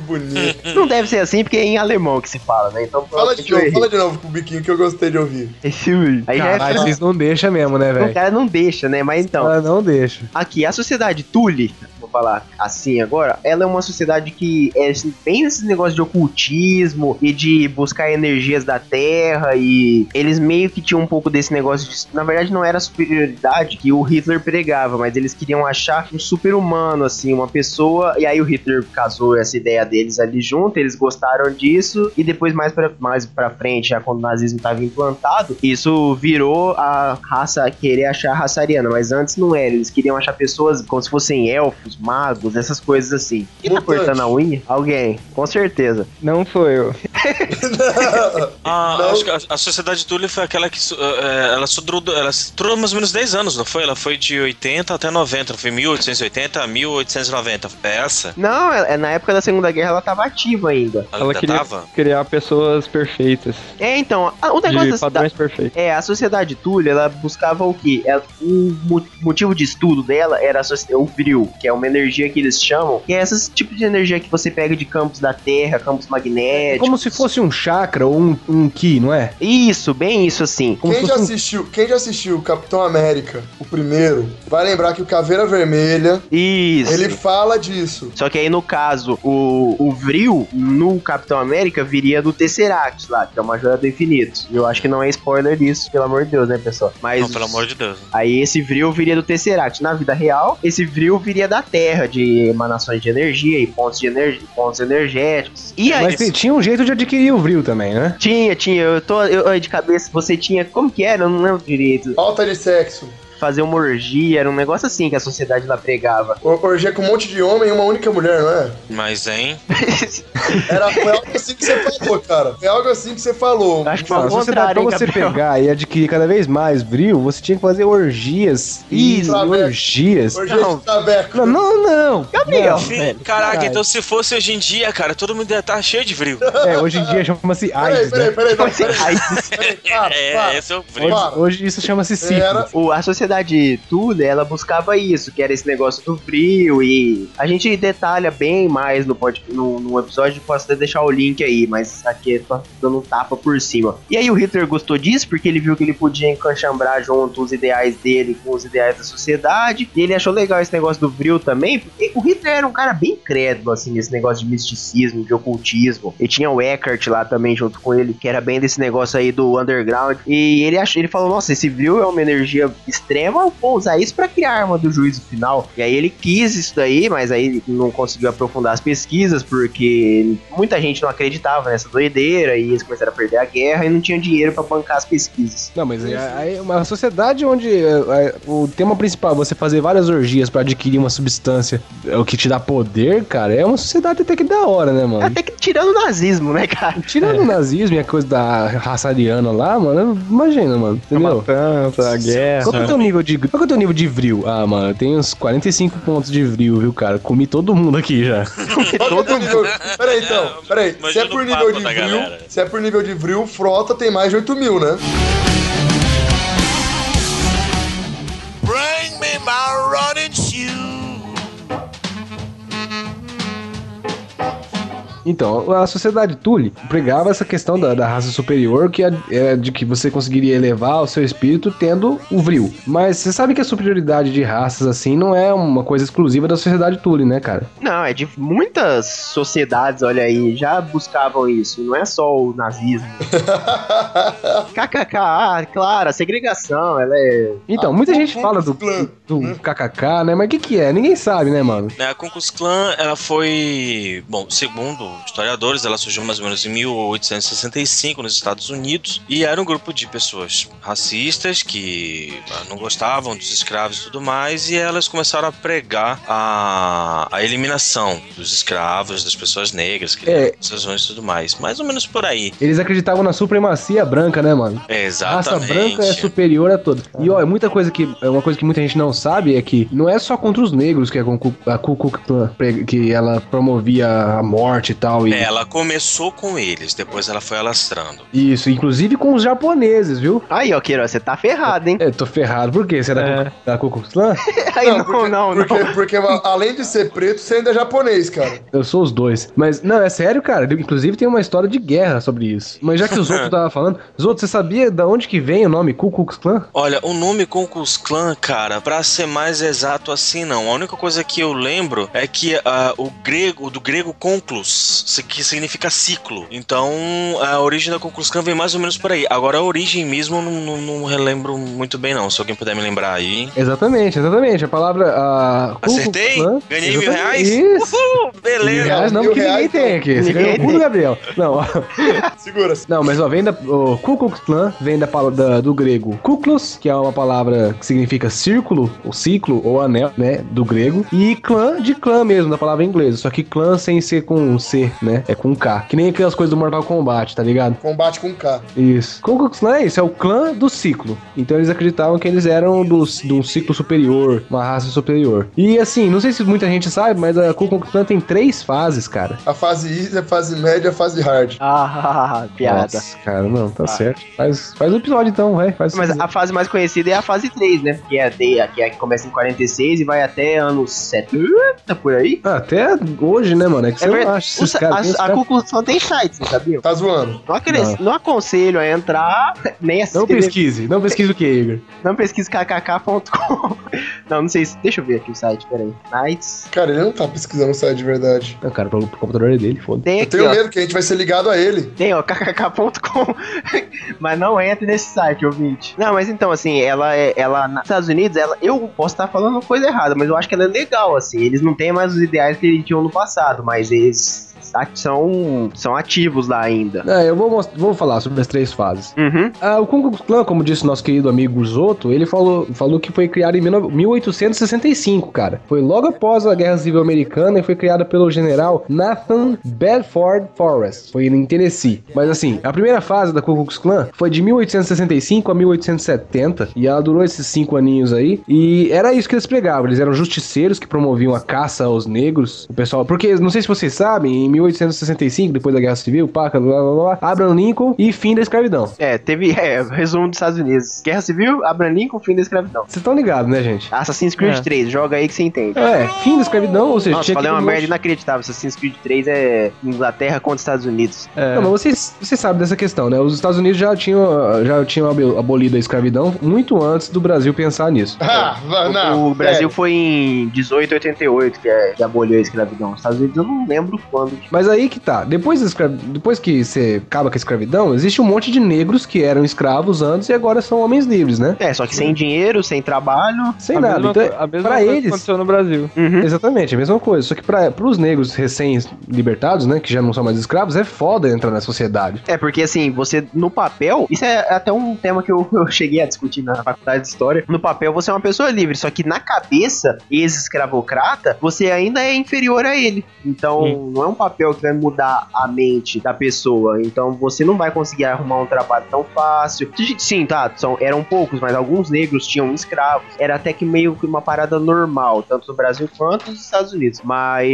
Speaker 4: bonito.
Speaker 1: Não deve ser assim, porque é em alemão que se fala, né? Então,
Speaker 4: Fala de
Speaker 1: provavelmente eu
Speaker 4: novo,
Speaker 1: errei.
Speaker 4: fala de novo pro biquinho que eu gostei de ouvir.
Speaker 1: É Tool. Aí já é
Speaker 2: Caralho, vocês não deixam mesmo, né,
Speaker 1: O
Speaker 2: velho?
Speaker 1: cara não deixa, né? Mas então.
Speaker 2: Ela não deixa.
Speaker 1: Aqui, a sociedade Tule, vou falar assim agora, ela é uma sociedade que é assim, bem nesses negócios de ocultismo e de buscar energias da terra e eles meio que tinham um pouco desse negócio de, na verdade não era a superioridade que o Hitler pregava, mas eles queriam achar um super-humano assim, uma pessoa, e aí o Hitler casou essa ideia deles ali junto, eles gostaram disso e depois mais pra, mais pra frente, já quando o nazismo tava implantado, isso virou a raça querer achar a raça ariana, mas antes não era, eles queriam achar pessoas como se fossem elfos, magos, essas coisas assim. Quem tá
Speaker 4: Mutante.
Speaker 1: cortando a unha? Alguém, com certeza.
Speaker 3: Não sou eu.
Speaker 5: Ah,
Speaker 4: Não.
Speaker 5: acho que a, a Sociedade Tule foi aquela que. su- eh, ela, sudrou, ela durou mais ou menos 10 anos, não foi? Ela foi de 80 até 90, não foi 1880 a 1890. É essa?
Speaker 1: Não, é, é na época da Segunda Guerra ela tava ativa ainda.
Speaker 5: Ela,
Speaker 3: Ela
Speaker 5: ainda
Speaker 3: queria
Speaker 5: tava?
Speaker 3: criar pessoas perfeitas.
Speaker 1: É, então, a- o negócio da
Speaker 3: De
Speaker 1: cidade.
Speaker 3: padrões perfeitos.
Speaker 1: É, a sociedade Tully, ela buscava o quê? Ela- o mo- motivo de estudo dela era a soci- o frio, que é uma energia que eles chamam, que é esse tipo de energia que você pega de campos da Terra, campos magnéticos.
Speaker 2: Como se fosse fosse um chakra ou um, um ki, não é?
Speaker 1: Isso, bem isso assim.
Speaker 2: Como se
Speaker 4: Quem já,
Speaker 2: fosse um-
Speaker 4: assistiu, quem já assistiu Capitão América, o primeiro, vai lembrar que o Caveira Vermelha,
Speaker 1: Isso.
Speaker 4: ele fala disso.
Speaker 1: Só que aí, no caso, o, o Vril, no Capitão América, viria do Tesseract lá, que é uma joia do infinito. Eu acho que não é spoiler disso, pelo amor de Deus, né, pessoal? Mas
Speaker 5: Não, pelo amor de Deus.
Speaker 1: Aí esse Vril viria do Tesseract. Na vida real, esse Vril viria da Terra, de emanações de energia e pontos, de ener- pontos energéticos. E
Speaker 4: é
Speaker 1: aí,
Speaker 2: Mas tem- tinha um jeito de adquirir o vril também, né?
Speaker 1: tinha, tinha, eu tô eu, eu de cabeça, você tinha, como que era? Eu não lembro direito.
Speaker 4: Alta de sexo.
Speaker 1: Fazer uma orgia, era um negócio assim que a sociedade lá pregava.
Speaker 4: O- Orgia com um monte de homem e uma única mulher, não é?
Speaker 5: Mas, hein?
Speaker 4: Era, foi algo assim que você falou, cara. Foi algo assim que você falou.
Speaker 1: Acho que foi ao
Speaker 2: Cara, se você, pra
Speaker 1: contrário, hein,
Speaker 2: você
Speaker 1: Gabriel?
Speaker 2: pegar e adquirir cada vez mais vril, você tinha que fazer orgias. e
Speaker 4: Isso, Alex.
Speaker 2: orgias.
Speaker 4: Orgia de tabeco.
Speaker 2: Não, não, não.
Speaker 1: Gabriel.
Speaker 2: Não,
Speaker 5: Fi-
Speaker 2: velho,
Speaker 5: Caraca,
Speaker 2: caralho.
Speaker 5: então se fosse hoje em dia, cara, todo mundo ia estar cheio de frio.
Speaker 2: É, hoje em dia chama-se
Speaker 4: Peraí,
Speaker 2: AIDS, né?
Speaker 4: peraí, peraí, não,
Speaker 1: Assim,
Speaker 4: peraí,
Speaker 1: aí,
Speaker 4: peraí, para,
Speaker 5: É,
Speaker 4: para.
Speaker 5: esse é o frio.
Speaker 4: Para.
Speaker 2: Hoje, hoje isso chama-se sífilis.
Speaker 4: Era-
Speaker 1: o- a sociedade Tudor, ela buscava isso, que era esse negócio do frio e a gente detalha bem mais no, pod, no, no episódio, posso até deixar o link aí, mas aqui eu tô dando um tapa por cima. E aí o Hitler gostou disso porque ele viu que ele podia encaixambrar junto os ideais dele com os ideais da sociedade e ele achou legal esse negócio do frio também, porque o Hitler era um cara bem crédulo, assim, nesse negócio de misticismo, de ocultismo. E tinha o Eckhart lá também junto com ele, que era bem desse negócio aí do underground. E ele achou, ele falou: Nossa, esse Vril é uma energia extrema, eu vou usar isso pra criar a arma do juízo final. E aí ele quis isso daí, mas aí ele não conseguiu aprofundar as pesquisas, porque muita gente não acreditava nessa doideira, e eles começaram a perder a guerra e não tinham dinheiro pra bancar as pesquisas.
Speaker 2: Não, mas é, aí uma sociedade onde é, é, o tema principal é você fazer várias orgias pra adquirir uma substância é, o que te dá poder, cara, é uma sociedade até que da hora, né, mano?
Speaker 1: Até que tirando o nazismo, né, cara?
Speaker 2: Tirando o nazismo e a coisa da raça ariana lá, mano, imagina, mano,
Speaker 3: A
Speaker 2: entendeu?
Speaker 3: matança, a guerra.
Speaker 2: Qual que é o teu nível de qual que é o teu nível de vril? Ah, mano, eu tenho uns 45 pontos de vril, viu, cara? Comi todo mundo aqui já.
Speaker 4: Qual que é o nível? Peraí, então, peraí.
Speaker 5: Imagina
Speaker 4: Se é por
Speaker 5: o
Speaker 4: nível
Speaker 5: papo
Speaker 4: de
Speaker 5: da
Speaker 4: vril,
Speaker 5: galera.
Speaker 4: se é por nível de vril, frota tem mais de 8 mil, né?
Speaker 8: Bring me my running shoe.
Speaker 2: Então, a sociedade Tule pregava essa questão da, da raça superior, que é, é de que você conseguiria elevar o seu espírito tendo o vril. Mas você sabe que a superioridade de raças assim não é uma coisa exclusiva da sociedade Tule, né, cara?
Speaker 1: Não, é de muitas sociedades, olha aí, já buscavam isso. Não é só o nazismo. KKK, ah, claro, a segregação, ela é.
Speaker 2: Então, muita gente fala do, do KKK, né? Mas o que, que é? Ninguém sabe, né, mano?
Speaker 5: Né, A Ku Klux Klan, ela foi, bom, segundo historiadores, ela surgiu mais ou menos em 1865 nos Estados Unidos e era um grupo de pessoas racistas que ah, não gostavam dos escravos e tudo mais e elas começaram a pregar a, a eliminação dos escravos, das pessoas negras, que
Speaker 2: É.
Speaker 5: pessoas e tudo mais, mais ou menos por aí.
Speaker 2: Eles acreditavam na supremacia branca, né, mano?
Speaker 5: É,
Speaker 2: Raça
Speaker 5: exatamente.
Speaker 2: branca é superior a todos. E ó, é muita coisa que é uma coisa que muita gente não sabe é que não é só contra os negros que a Ku- a Ku Klux Klan pre- que ela promovia a morte e tal e
Speaker 5: É, ela começou com eles, depois ela foi alastrando.
Speaker 2: isso, inclusive com os japoneses, viu?
Speaker 1: Aí, ó, Queiroz, você tá ferrado, hein?
Speaker 2: É, tô ferrado. Por quê? Você é da,
Speaker 3: É.
Speaker 2: Ku- da Ku Klux Klan?
Speaker 1: Aí não,
Speaker 4: porque,
Speaker 1: não, não.
Speaker 4: porque, porque além de ser preto, você ainda é japonês, cara.
Speaker 2: Eu sou os dois. Mas, não, é sério, cara. Inclusive tem uma história de guerra sobre isso. Mas já que os outros tava falando, os outros, você sabia da onde que vem o nome Ku Klux Klan?
Speaker 5: Olha, o nome Ku Klux Klan, cara, pra ser mais exato assim, não. A única coisa que eu lembro é que ah, o grego, do grego conclus, se- que significa ciclo. Então, a origem da Ku Klux Klan vem mais ou menos por aí. Agora, a origem mesmo eu não, não- não relembro muito bem, não. Se alguém puder me lembrar aí.
Speaker 2: Exatamente, exatamente. A palavra. A Ku Klux
Speaker 5: Acertei?
Speaker 2: Klan-
Speaker 5: Ganhei mil
Speaker 2: Exatamente.
Speaker 5: reais?
Speaker 2: Isso.
Speaker 5: Uhul,
Speaker 2: Mil
Speaker 5: beleza!
Speaker 2: reais não,
Speaker 4: Mil
Speaker 2: porque ninguém
Speaker 4: reais,
Speaker 2: tem aqui. Você
Speaker 1: Ninguém
Speaker 2: ganhou o cu do
Speaker 1: tem.
Speaker 2: Gabriel. Não, ó,
Speaker 4: Segura-se.
Speaker 2: não, mas ó, vem da. O Ku Klux Klan vem da, pala- da- do grego kuklos, que é uma palavra que significa círculo, ou ciclo, ou anel, né? Do grego. E clã de clã mesmo, da palavra inglesa. Só que clã sem ser com um C, né? É com K. Que nem aquelas coisas do Mortal Kombat, tá ligado?
Speaker 4: Combate com K.
Speaker 2: Isso. Ku Klux Klan é isso, é o clã do ciclo. Então eles acreditavam que eles eram do, de um ciclo superior, uma raça superior. E assim, não sei se muita gente sabe, mas a Ku Klux Klan tem três fases, cara.
Speaker 4: A fase easy, a fase média, a fase hard.
Speaker 1: Ah, piada. Ah.
Speaker 2: Nossa, cara, não, tá certo. Faz, faz o episódio então, vai. Faz o
Speaker 1: Mas
Speaker 2: episódio.
Speaker 1: a fase mais conhecida é a fase 3, né? Que é a, de, a, que é a que começa em 46 e vai até anos 70, por aí.
Speaker 2: Ah, Até hoje, né, mano? É que você
Speaker 1: É ver-
Speaker 2: não acha.
Speaker 1: Klux-
Speaker 2: caras,
Speaker 1: a-
Speaker 2: tem esse
Speaker 1: a
Speaker 2: cara-
Speaker 1: Ku Klux Klan tem site, você sabia?
Speaker 4: Tá zoando.
Speaker 1: Não, acres- não aconselho a entrar, nem a se
Speaker 2: Não
Speaker 1: inscrever.
Speaker 2: pesquise, não pesquise o que, é Igor?
Speaker 1: Não pesquise kkk.com. Não, não sei se. Deixa eu ver aqui o site, peraí. Nights.
Speaker 4: Cara, ele não tá pesquisando o site de verdade.
Speaker 2: Não, cara, pro, pro computador é dele, foda.
Speaker 1: Tem
Speaker 4: Eu
Speaker 1: aqui,
Speaker 4: tenho
Speaker 1: ó.
Speaker 4: medo que a gente vai ser ligado a ele.
Speaker 1: Tem, ó, kkk.com. mas não entre nesse site, ouvinte. Não, mas então, assim, ela é. Ela, nos Estados Unidos, ela, eu posso estar falando coisa errada, mas eu acho que ela é legal, assim. Eles não têm mais os ideais que eles tinham no passado, mas eles a- são, são ativos lá ainda.
Speaker 2: Ah, eu vou, most- vou falar sobre as três fases.
Speaker 1: Uhum.
Speaker 2: Ah, o Ku Klux Klan, como disse o nosso querido amigo Zoto, ele falou, falou que foi criado em 19- 1865, cara. Foi logo após a Guerra Civil Americana e foi criado pelo general Nathan Bedford Forrest. Foi em Tennessee. Mas assim, a primeira fase da Ku Klux Klan foi de 1865 a 1870 e ela durou esses cinco aninhos aí. E era isso que eles pregavam. Eles eram justiceiros que promoviam a caça aos negros. O pessoal, porque não sei se vocês sabem, em 1865, depois da Guerra Civil, paca, blá blá blá, Abraham Lincoln e fim da escravidão.
Speaker 1: É, teve. É, resumo dos Estados Unidos: Guerra Civil, Abraham Lincoln, fim da escravidão.
Speaker 2: Vocês estão ligados, né, gente?
Speaker 1: Assassin's Creed
Speaker 3: É.
Speaker 1: 3, joga aí que você entende.
Speaker 2: É, fim da escravidão, ou seja,
Speaker 1: Nossa, falei
Speaker 2: que
Speaker 1: uma
Speaker 2: ter um
Speaker 1: merda
Speaker 2: monte-
Speaker 1: inacreditável. Assassin's Creed 3 é Inglaterra contra Estados Unidos.
Speaker 2: Não, É, mas vocês, vocês sabem dessa questão, né? Os Estados Unidos já tinham, já tinham abol- abolido a escravidão muito antes do Brasil pensar nisso.
Speaker 4: Ah, vai-
Speaker 1: O-
Speaker 4: não.
Speaker 1: o Brasil
Speaker 4: sério.
Speaker 1: foi em 1888 que, é, que aboliu a escravidão. Os Estados Unidos eu não lembro quando.
Speaker 2: Mas aí que tá, depois, da escra- depois que você acaba com a escravidão, existe um monte de negros que eram escravos antes e agora são homens livres, né?
Speaker 1: É, só que sem dinheiro, sem trabalho.
Speaker 2: Sem
Speaker 3: a
Speaker 2: nada.
Speaker 3: mesma,
Speaker 2: então,
Speaker 3: co- a mesma
Speaker 2: pra
Speaker 3: coisa que
Speaker 2: eles-
Speaker 3: aconteceu no Brasil.
Speaker 1: Uhum.
Speaker 2: Exatamente, a mesma coisa. Só que para os negros recém-libertados, né, que já não são mais escravos, é foda entrar na sociedade.
Speaker 1: É, porque assim, você no papel, isso é até um tema que eu, eu cheguei a discutir na faculdade de história. No papel você é uma pessoa livre, só que na cabeça, ex-escravocrata, você ainda é inferior a ele. Então, não é um papel que vai mudar a mente da pessoa. Então, você não vai conseguir arrumar um trabalho tão fácil. Sim, tá, são, eram poucos, mas alguns negros tinham escravos. Era até que meio que uma parada normal, tanto no Brasil quanto nos Estados Unidos.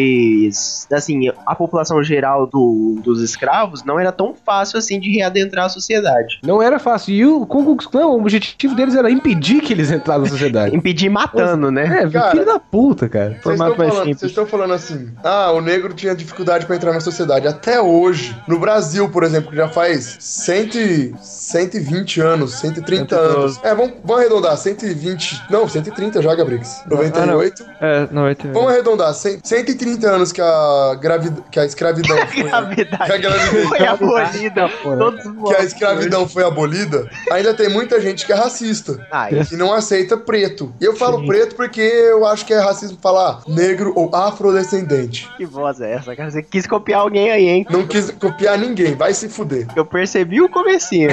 Speaker 1: Mas, assim, a população geral do- dos escravos não era tão fácil assim de readentrar a sociedade.
Speaker 2: Não era fácil. E o Ku Klux Klan, o objetivo deles era impedir que eles entrassem na sociedade.
Speaker 1: Impedir matando, né?
Speaker 2: É,
Speaker 4: Cara-
Speaker 2: filho da puta, cara.
Speaker 4: Vocês
Speaker 3: Formato
Speaker 4: estão
Speaker 3: mais
Speaker 4: falando-
Speaker 3: simples.
Speaker 4: vocês estão falando assim, ah, o negro tinha dificuldade pra entrar na sociedade. Até hoje, no Brasil, por exemplo, que já faz 100, e- 120 anos, 130 anos. É, vamos, vamos arredondar, 120, não, 130 já, Gabrix. 98.
Speaker 3: É, não vai ter.
Speaker 4: Vamos arredondar, 100, 130 anos que a, gravid, que a escravidão foi... que a
Speaker 1: Gravidade.
Speaker 4: gravidez-
Speaker 1: Foi abolida. Todos
Speaker 4: que é a escravidão foi abolida, ainda tem muita gente que é racista.
Speaker 1: Ah,
Speaker 4: que não aceita preto. E eu falo preto porque eu acho que é racismo falar negro ou afrodescendente.
Speaker 1: que voz é essa, cara? Você quis copiar alguém aí, hein?
Speaker 4: Não quis copiar ninguém, vai se fuder.
Speaker 1: Eu percebi o comecinho.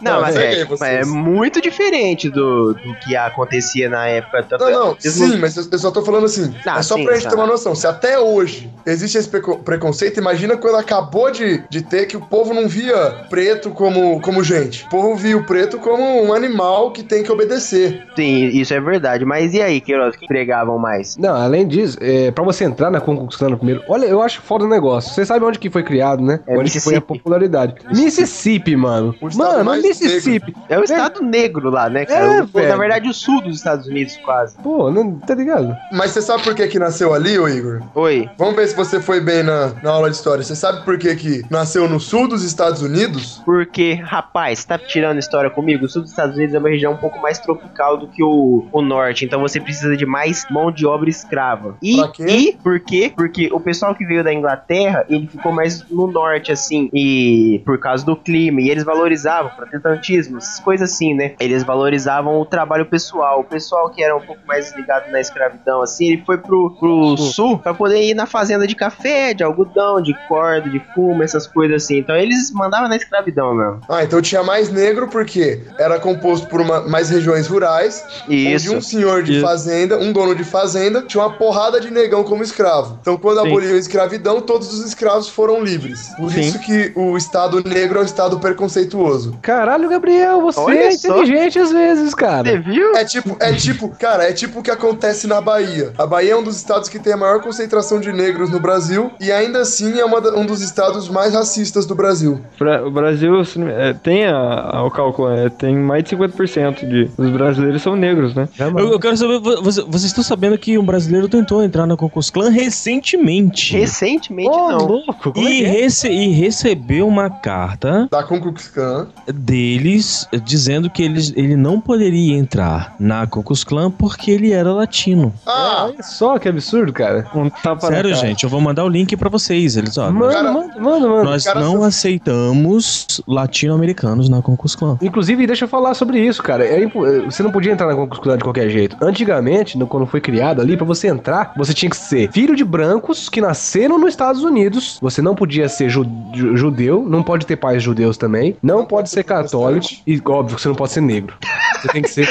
Speaker 1: não,
Speaker 4: Não,
Speaker 1: mas
Speaker 4: eu
Speaker 1: é,
Speaker 4: peguei vocês.
Speaker 1: mas é muito diferente do, do que acontecia na época. Tanto
Speaker 4: Não, não,
Speaker 1: eles
Speaker 4: sim, mas eu eu só tô falando assim.
Speaker 1: Ah,
Speaker 4: é só
Speaker 1: sim,
Speaker 4: pra gente
Speaker 1: tá.
Speaker 4: ter uma noção. Se até hoje existe esse preco- preconceito, imagina quando acabou de, de ter que o povo não via preto como, como gente. O povo via o preto como um animal que tem que obedecer.
Speaker 1: Sim, isso é verdade. Mas e aí, Queiroz, que entregavam mais?
Speaker 2: Não, além disso, é, pra você entrar na Conquistando primeiro, olha, eu acho foda o negócio. Você sabe onde que foi criado, né?
Speaker 1: É
Speaker 2: onde que foi a
Speaker 1: Mississippi.
Speaker 2: popularidade. Mississippi, mano.
Speaker 4: O estado
Speaker 2: Mano,
Speaker 4: mais
Speaker 2: Mississippi.
Speaker 1: É o estado negro lá, né, cara?
Speaker 2: É,
Speaker 1: O- na
Speaker 2: velho.
Speaker 1: verdade, o sul dos Estados Unidos, quase.
Speaker 2: Pô, não, tá ligado?
Speaker 4: Mas você sabe por que que nasceu ali, ô Igor?
Speaker 1: Oi.
Speaker 4: Vamos ver se você foi bem na, na aula de história. Você sabe por que que nasceu no sul dos Estados Unidos?
Speaker 1: Porque, rapaz, tá tirando história comigo? O sul dos Estados Unidos é uma região um pouco mais tropical do que o, o norte, então você precisa de mais mão de obra escrava. E,
Speaker 4: Pra quê?
Speaker 1: e por quê? Porque o pessoal que veio da Inglaterra, ele ficou mais no norte, assim, e por causa do clima, e eles valorizavam protestantismo, essas coisas assim, né? Eles valorizavam o trabalho pessoal. O pessoal que era um pouco mais ligado na escravidão, assim, ele foi pro, pro sul pra poder ir na fazenda de café, de algodão, de corda, de fumo, essas coisas assim. Então eles mandavam na escravidão mesmo.
Speaker 4: Ah, então tinha mais negro porque era composto por uma- mais regiões rurais,
Speaker 1: Isso.
Speaker 4: onde um senhor de
Speaker 3: Isso.
Speaker 4: fazenda, um dono de fazenda, tinha uma porrada de negão como escravo. Então, quando
Speaker 3: Sim.
Speaker 4: aboliu a escravidão, todos os escravos foram livres. Por
Speaker 3: Sim.
Speaker 4: isso que o Estado negro é o Estado preconceituoso preconceituoso.
Speaker 2: Caralho, Gabriel, você
Speaker 1: Olha
Speaker 2: é
Speaker 1: só.
Speaker 2: inteligente às vezes,
Speaker 1: Você
Speaker 2: cara.
Speaker 1: viu?
Speaker 4: É tipo, é tipo, cara, é tipo o que acontece na Bahia. A Bahia é um dos estados que tem a maior concentração de negros no Brasil e ainda assim é uma da- um dos estados mais racistas do Brasil.
Speaker 2: é?
Speaker 3: Pra- O Brasil se não- é, tem a- a- o cálculo, é, tem mais de 50% de, dos brasileiros são negros, né?
Speaker 10: Eu, eu quero saber, vo- você- vocês estão sabendo que um brasileiro tentou entrar na Concurso Clã recentemente.
Speaker 1: Recentemente,
Speaker 2: Ô,
Speaker 1: não.
Speaker 2: louco, como é
Speaker 10: E,
Speaker 2: que é?
Speaker 10: rece- e recebeu uma carta
Speaker 4: Da Concux Khan.
Speaker 10: deles eh, dizendo que eles, ele não poderia entrar na Concus Clã porque ele era latino.
Speaker 3: É,
Speaker 4: Ah,
Speaker 2: Olha só que absurdo, cara.
Speaker 3: Um tapa na
Speaker 10: Sério,
Speaker 3: cara.
Speaker 10: gente, eu vou mandar o link pra vocês. Eles, ó,
Speaker 2: Mano,
Speaker 4: cara-
Speaker 2: mano, mano, mano.
Speaker 10: nós
Speaker 4: cara,
Speaker 10: não
Speaker 4: essas-
Speaker 10: aceitamos latino-americanos na Concus Clã.
Speaker 2: Inclusive, deixa eu falar sobre isso, cara. É impo- eh, você não podia entrar na concurso de qualquer jeito. Antigamente, no- quando foi criado ali, pra você entrar, você tinha que ser filho de brancos que nasceram nos Estados Unidos. Você não podia ser ju- ju- judeu, não pode ter pais judeus também, não, pode ser católico e, óbvio, que você não pode ser negro. Você tem que ser.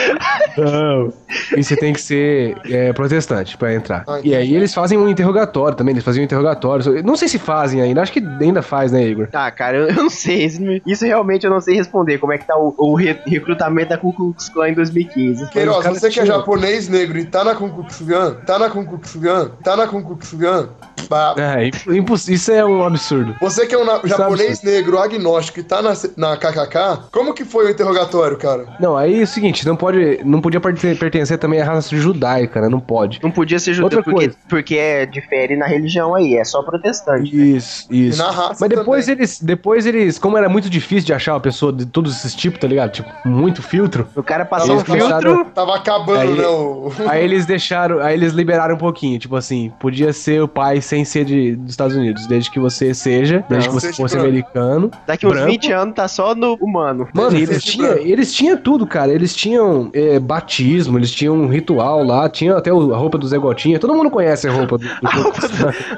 Speaker 2: e você tem que ser eh, protestante pra entrar.
Speaker 4: Ah, entendi.
Speaker 2: e aí eles fazem um interrogatório também, eles faziam um interrogatório. Não sei se fazem ainda, acho que ainda faz, né, Igor?
Speaker 1: Ah, cara, eu, eu não sei. Isso, me- isso realmente eu não sei responder. Como é que tá o, o re- recrutamento da Ku Klux Klan em 2015?
Speaker 4: Queiroz,
Speaker 2: cara
Speaker 4: você que é
Speaker 2: tinha-
Speaker 4: japonês negro e tá na Concux Khan, tá na Concux Khan, tá na Concux Khan. Bah,
Speaker 2: É, imposs- isso é um absurdo.
Speaker 4: Você que é um na- japonês negro agnóstico e tá na, na KKK, como que foi o interrogatório, cara?
Speaker 2: Não, aí é o seguinte, não pode, não podia parte- pertencer também à raça judaica, né? Não pode.
Speaker 1: Não podia ser
Speaker 2: Outra
Speaker 1: judeu porque,
Speaker 2: coisa.
Speaker 1: porque é, difere na religião aí, é só protestante.
Speaker 2: Isso,
Speaker 4: E
Speaker 2: isso.
Speaker 4: na raça
Speaker 2: Mas depois
Speaker 4: também.
Speaker 2: eles, depois eles, como era muito difícil de achar uma pessoa de todos esses tipos, tá ligado? Tipo, muito filtro.
Speaker 1: O cara passou
Speaker 2: Eles
Speaker 1: um filtro.
Speaker 2: passaram-
Speaker 4: Tava acabando,
Speaker 2: Aí-
Speaker 4: né? o-
Speaker 2: Aí eles deixaram, aí eles liberaram um pouquinho, tipo assim, podia ser o pai sem ser de, dos Estados Unidos, desde que você seja, desde
Speaker 1: Não,
Speaker 2: que você
Speaker 4: seja
Speaker 2: fosse
Speaker 4: branco.
Speaker 2: americano.
Speaker 1: Daqui uns
Speaker 2: branco.
Speaker 1: 20 anos tá só no humano.
Speaker 2: Mano,
Speaker 4: Desde
Speaker 2: eles
Speaker 4: que seja
Speaker 2: tinham,
Speaker 4: branco.
Speaker 2: eles tinham tudo, cara. Eles tinham é, batismo, eles tinham um ritual lá, tinha até o- a roupa do Zé Gotinha. Todo mundo conhece a roupa do, do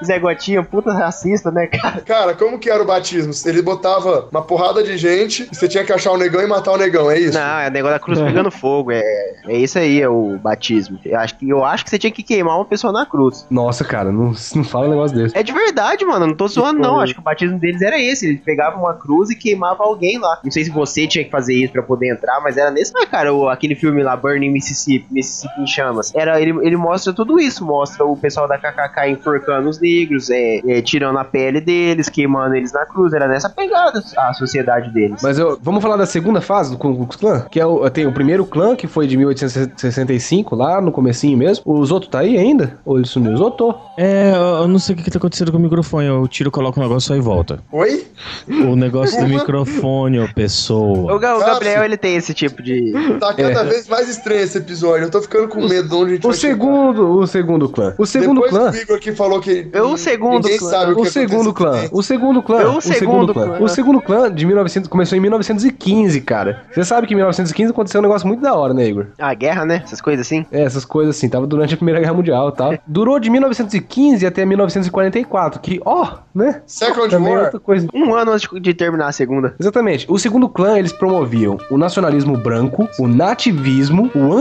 Speaker 1: Zé Gotinha, um puta racista, né, cara?
Speaker 4: Cara, como que era o batismo? Ele botava uma porrada de gente e você tinha que achar o negão e matar o negão, é isso?
Speaker 1: Não, é o negócio da cruz pegando fogo. É, é isso aí, é o batismo. Eu acho, que, eu acho que você tinha que queimar uma pessoa na cruz.
Speaker 2: Nossa, cara, não, não fala um negócio desse.
Speaker 1: É de verdade, mano. eu Não tô zoando, não. Acho que o batismo deles era esse. Eles pegavam uma cruz e queimavam alguém lá. Não sei se você tinha que fazer isso pra poder entrar, mas era nesse. Ah, cara, o- aquele filme lá, Burning Mississippi, Mississippi em Chamas. Era, ele, ele mostra tudo isso. Mostra o pessoal da KKK enforcando os negros, é, é, tirando a pele deles, queimando eles na cruz. Era nessa pegada a sociedade deles.
Speaker 2: Mas eu- vamos falar da segunda fase do Ku Klux Klan? Que é o, tem o primeiro clã, que foi de 1865, lá no comecinho mesmo. O Zoto tá aí ainda? Ou ele sumiu? Zoto.
Speaker 10: É, eu eu não sei o que, que tá acontecendo com o microfone. Eu tiro, coloco o negócio e volta.
Speaker 4: Oi?
Speaker 10: O negócio do microfone, ô
Speaker 1: O,
Speaker 10: pessoa.
Speaker 1: Ga- o
Speaker 4: Sabe?
Speaker 1: Gabriel, ele tem esse tipo de.
Speaker 4: Tá cada vez mais estranho esse episódio. Eu tô ficando com medo de onde a gente
Speaker 2: É. O
Speaker 4: vai chegar.
Speaker 2: segundo, o segundo clã. O segundo
Speaker 4: Depois
Speaker 2: clã.
Speaker 4: que o Igor que falou que.
Speaker 1: É o segundo
Speaker 4: ninguém
Speaker 1: clã.
Speaker 4: sabe o,
Speaker 2: O
Speaker 4: que
Speaker 2: segundo clã,
Speaker 4: aconteceu.
Speaker 2: o segundo
Speaker 1: É
Speaker 2: clã,
Speaker 1: o
Speaker 2: o
Speaker 1: segundo
Speaker 2: um segundo clã.
Speaker 1: clã.
Speaker 2: O segundo clã de 1900 começou em 1915, cara. Você sabe que em 1915 aconteceu um negócio muito da hora, né, Igor?
Speaker 1: Ah, guerra, né? Essas coisas assim.
Speaker 2: É, essas coisas assim, tava durante a Primeira Guerra Mundial e tal. Durou de 1915 até 1944, que, ó, né?
Speaker 4: Second
Speaker 2: Também é
Speaker 4: War?
Speaker 2: outra coisa.
Speaker 1: Um ano antes de terminar a segunda.
Speaker 2: Exatamente. O segundo clã, eles promoviam o nacionalismo branco, o nativismo, o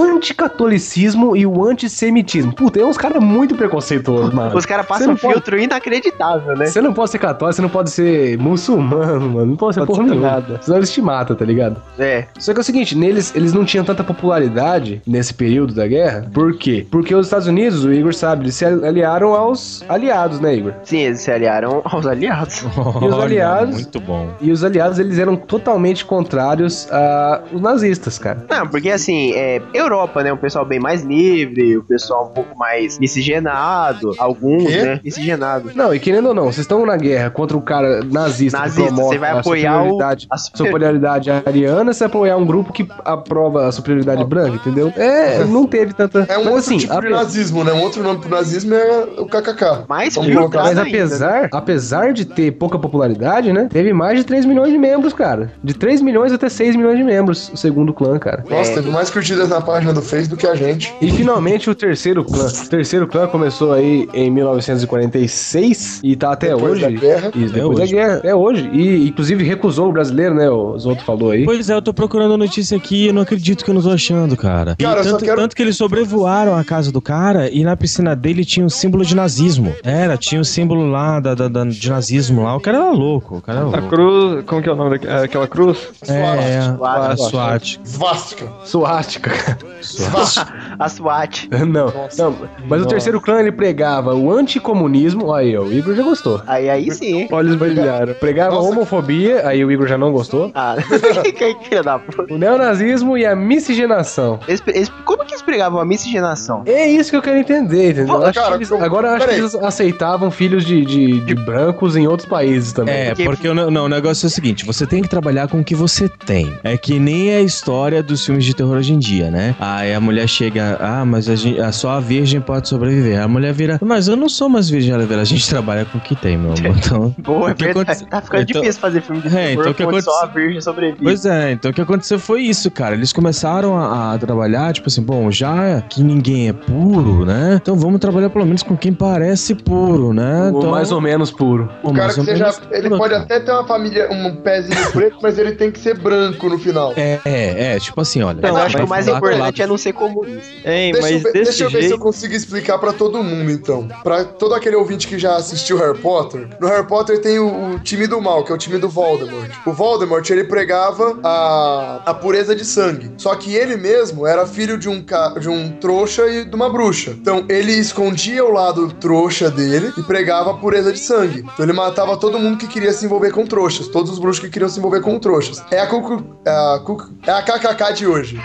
Speaker 2: anticatolicismo e o antissemitismo. Puta, tem uns caras muito preconceituosos, mano.
Speaker 1: Os caras
Speaker 2: Você
Speaker 1: passam
Speaker 2: não
Speaker 1: um
Speaker 2: pode-
Speaker 1: filtro inacreditável, né?
Speaker 2: Você não pode ser católico, você não pode ser muçulmano, mano. Não pode ser
Speaker 3: Pode
Speaker 2: porra
Speaker 3: ser
Speaker 2: nenhuma. Senão eles te matam, tá ligado?
Speaker 1: É.
Speaker 2: Só que é o seguinte, neles, eles não tinham tanta popularidade nesse período da guerra. Por quê? Porque os Estados Unidos, o Igor sabe, eles se aliaram aos aliados, né, Igor?
Speaker 1: Sim, eles se aliaram aos aliados.
Speaker 2: E os aliados?
Speaker 10: Muito bom.
Speaker 2: E os aliados, eles eram totalmente contrários aos nazistas, cara.
Speaker 1: Não, porque assim, é, Europa, né? Um pessoal bem mais livre, o pessoal um pouco mais miscigenado, alguns,
Speaker 4: Quê?
Speaker 1: né? Miscigenado.
Speaker 2: Não, e querendo ou não, vocês estão na guerra contra o cara nazista,
Speaker 1: Nazista, você vai apoiar o-
Speaker 2: superioridade,
Speaker 1: a
Speaker 2: a
Speaker 1: super-
Speaker 2: superioridade ariana, você vai apoiar um grupo que aprova a superioridade branca, entendeu? É, não teve tanta...
Speaker 4: É um
Speaker 2: mas
Speaker 4: outro
Speaker 2: assim,
Speaker 4: tipo de
Speaker 2: ape-
Speaker 4: nazismo, né? Um outro nome pro nazismo é o KKK.
Speaker 1: Mais
Speaker 4: Vamos
Speaker 1: filtrado
Speaker 4: colocar-
Speaker 2: Mas
Speaker 1: ainda.
Speaker 2: apesar,
Speaker 4: né?
Speaker 2: apesar de ter pouca popularidade, né? Teve mais de 3 milhões de membros, cara. De 3 milhões até 6 milhões de membros, o segundo clã, cara.
Speaker 1: é.
Speaker 4: Nossa, teve mais que o curtidas na página do Facebook que a gente.
Speaker 2: E finalmente o terceiro clã. O terceiro clã começou aí em 1946 e tá até
Speaker 4: Depois
Speaker 2: hoje.
Speaker 4: da guerra.
Speaker 2: Isso,
Speaker 5: Até
Speaker 2: depois da
Speaker 5: hoje.
Speaker 2: guerra, até hoje. E inclusive recusou o brasileiro, né? O Zoto falou aí.
Speaker 5: Pois é, eu tô procurando a notícia aqui e eu não acredito que eu não tô achando, cara. E
Speaker 4: Cara, eu só
Speaker 5: tanto,
Speaker 4: quero-
Speaker 5: tanto que eles sobrevoaram a casa do cara e na piscina dele tinha um símbolo de nazismo. Era, tinha um símbolo lá da, da- da- de nazismo lá. O cara era louco, o cara
Speaker 4: Tá
Speaker 5: era
Speaker 3: A
Speaker 5: louco.
Speaker 3: cruz. Como que é o nome daquela aquela cruz?
Speaker 5: É, é, a
Speaker 1: Swat.
Speaker 5: SWAT.
Speaker 4: Svastica.
Speaker 2: Suástica.
Speaker 1: A SWAT.
Speaker 2: não, não. Mas o
Speaker 3: Nossa.
Speaker 2: terceiro clã ele pregava o anticomunismo. Olha Aí, ó, o Igor já gostou.
Speaker 1: Aí, aí sim.
Speaker 3: Olhos brilharam.
Speaker 2: Pregava a
Speaker 4: Nossa.
Speaker 2: homofobia, aí o Igor já não gostou.
Speaker 1: Ah, que filha da puta.
Speaker 2: O neonazismo e a miscigenação.
Speaker 1: Eles- eles- como que eles pregavam a miscigenação?
Speaker 2: É isso que eu quero entender, entendeu?
Speaker 4: Pô,
Speaker 2: Acho
Speaker 4: cara,
Speaker 2: que eles-
Speaker 4: eu-
Speaker 2: agora eu acho que
Speaker 4: peraí.
Speaker 2: eles aceitavam filhos de, de, de brancos em outros países também.
Speaker 5: É,
Speaker 1: Porque-
Speaker 5: porque o ne- não, o negócio é o seguinte: você tem que trabalhar com o que você tem. É que nem a história dos filmes de terror hoje em dia, né? Aí a mulher chega, ah, mas a gente, ah, só a virgem pode sobreviver. A mulher vira, mas eu não sou mais virgem, ela vira, a gente trabalha com o que tem, meu amor. Então.
Speaker 1: Boa, é
Speaker 5: O que
Speaker 1: verdade.
Speaker 5: aconte-
Speaker 1: Tá ficando
Speaker 5: Então-
Speaker 1: difícil fazer filme de
Speaker 5: É,
Speaker 1: terror
Speaker 5: então o que
Speaker 1: onde
Speaker 5: aconte-
Speaker 1: só a virgem sobrevive.
Speaker 5: Pois é, então o que aconteceu foi isso, cara. Eles começaram a, a trabalhar, tipo assim, bom, já que ninguém é puro, né? Então vamos trabalhar pelo menos com quem parece puro, né?
Speaker 2: Ou
Speaker 5: Então,
Speaker 2: mais ou menos puro.
Speaker 5: ou
Speaker 4: O cara
Speaker 5: mais
Speaker 4: que
Speaker 5: ou
Speaker 4: seja.
Speaker 5: menos
Speaker 4: Ele
Speaker 5: puro,
Speaker 4: pode
Speaker 5: cara.
Speaker 4: até ter uma família, um pezinho preto, mas ele tem que ser branco no final.
Speaker 5: É, é, é, tipo assim, olha.
Speaker 1: Não,
Speaker 5: vai
Speaker 1: acho que o mais
Speaker 5: falar
Speaker 1: importante
Speaker 5: lá-
Speaker 1: é não ser comunista.
Speaker 3: Hein,
Speaker 4: Deixa, eu
Speaker 3: mas
Speaker 4: ver,
Speaker 3: desse
Speaker 4: deixa eu ver se eu
Speaker 3: jeito.
Speaker 4: consigo explicar pra todo mundo, então. Pra todo aquele ouvinte que já assistiu Harry Potter, no Harry Potter tem o, o time do mal, que é o time do Voldemort. O Voldemort, ele pregava a, a pureza de sangue. Só que ele mesmo era filho de um, ca- de um trouxa e de uma bruxa. Então, ele escondia o lado trouxa dele e pregava a pureza de sangue. Então, ele matava todo mundo que queria se envolver com trouxas. Todos os bruxos que queriam se envolver com trouxas. É a, cucu, é a, cucu, é a KKK de hoje.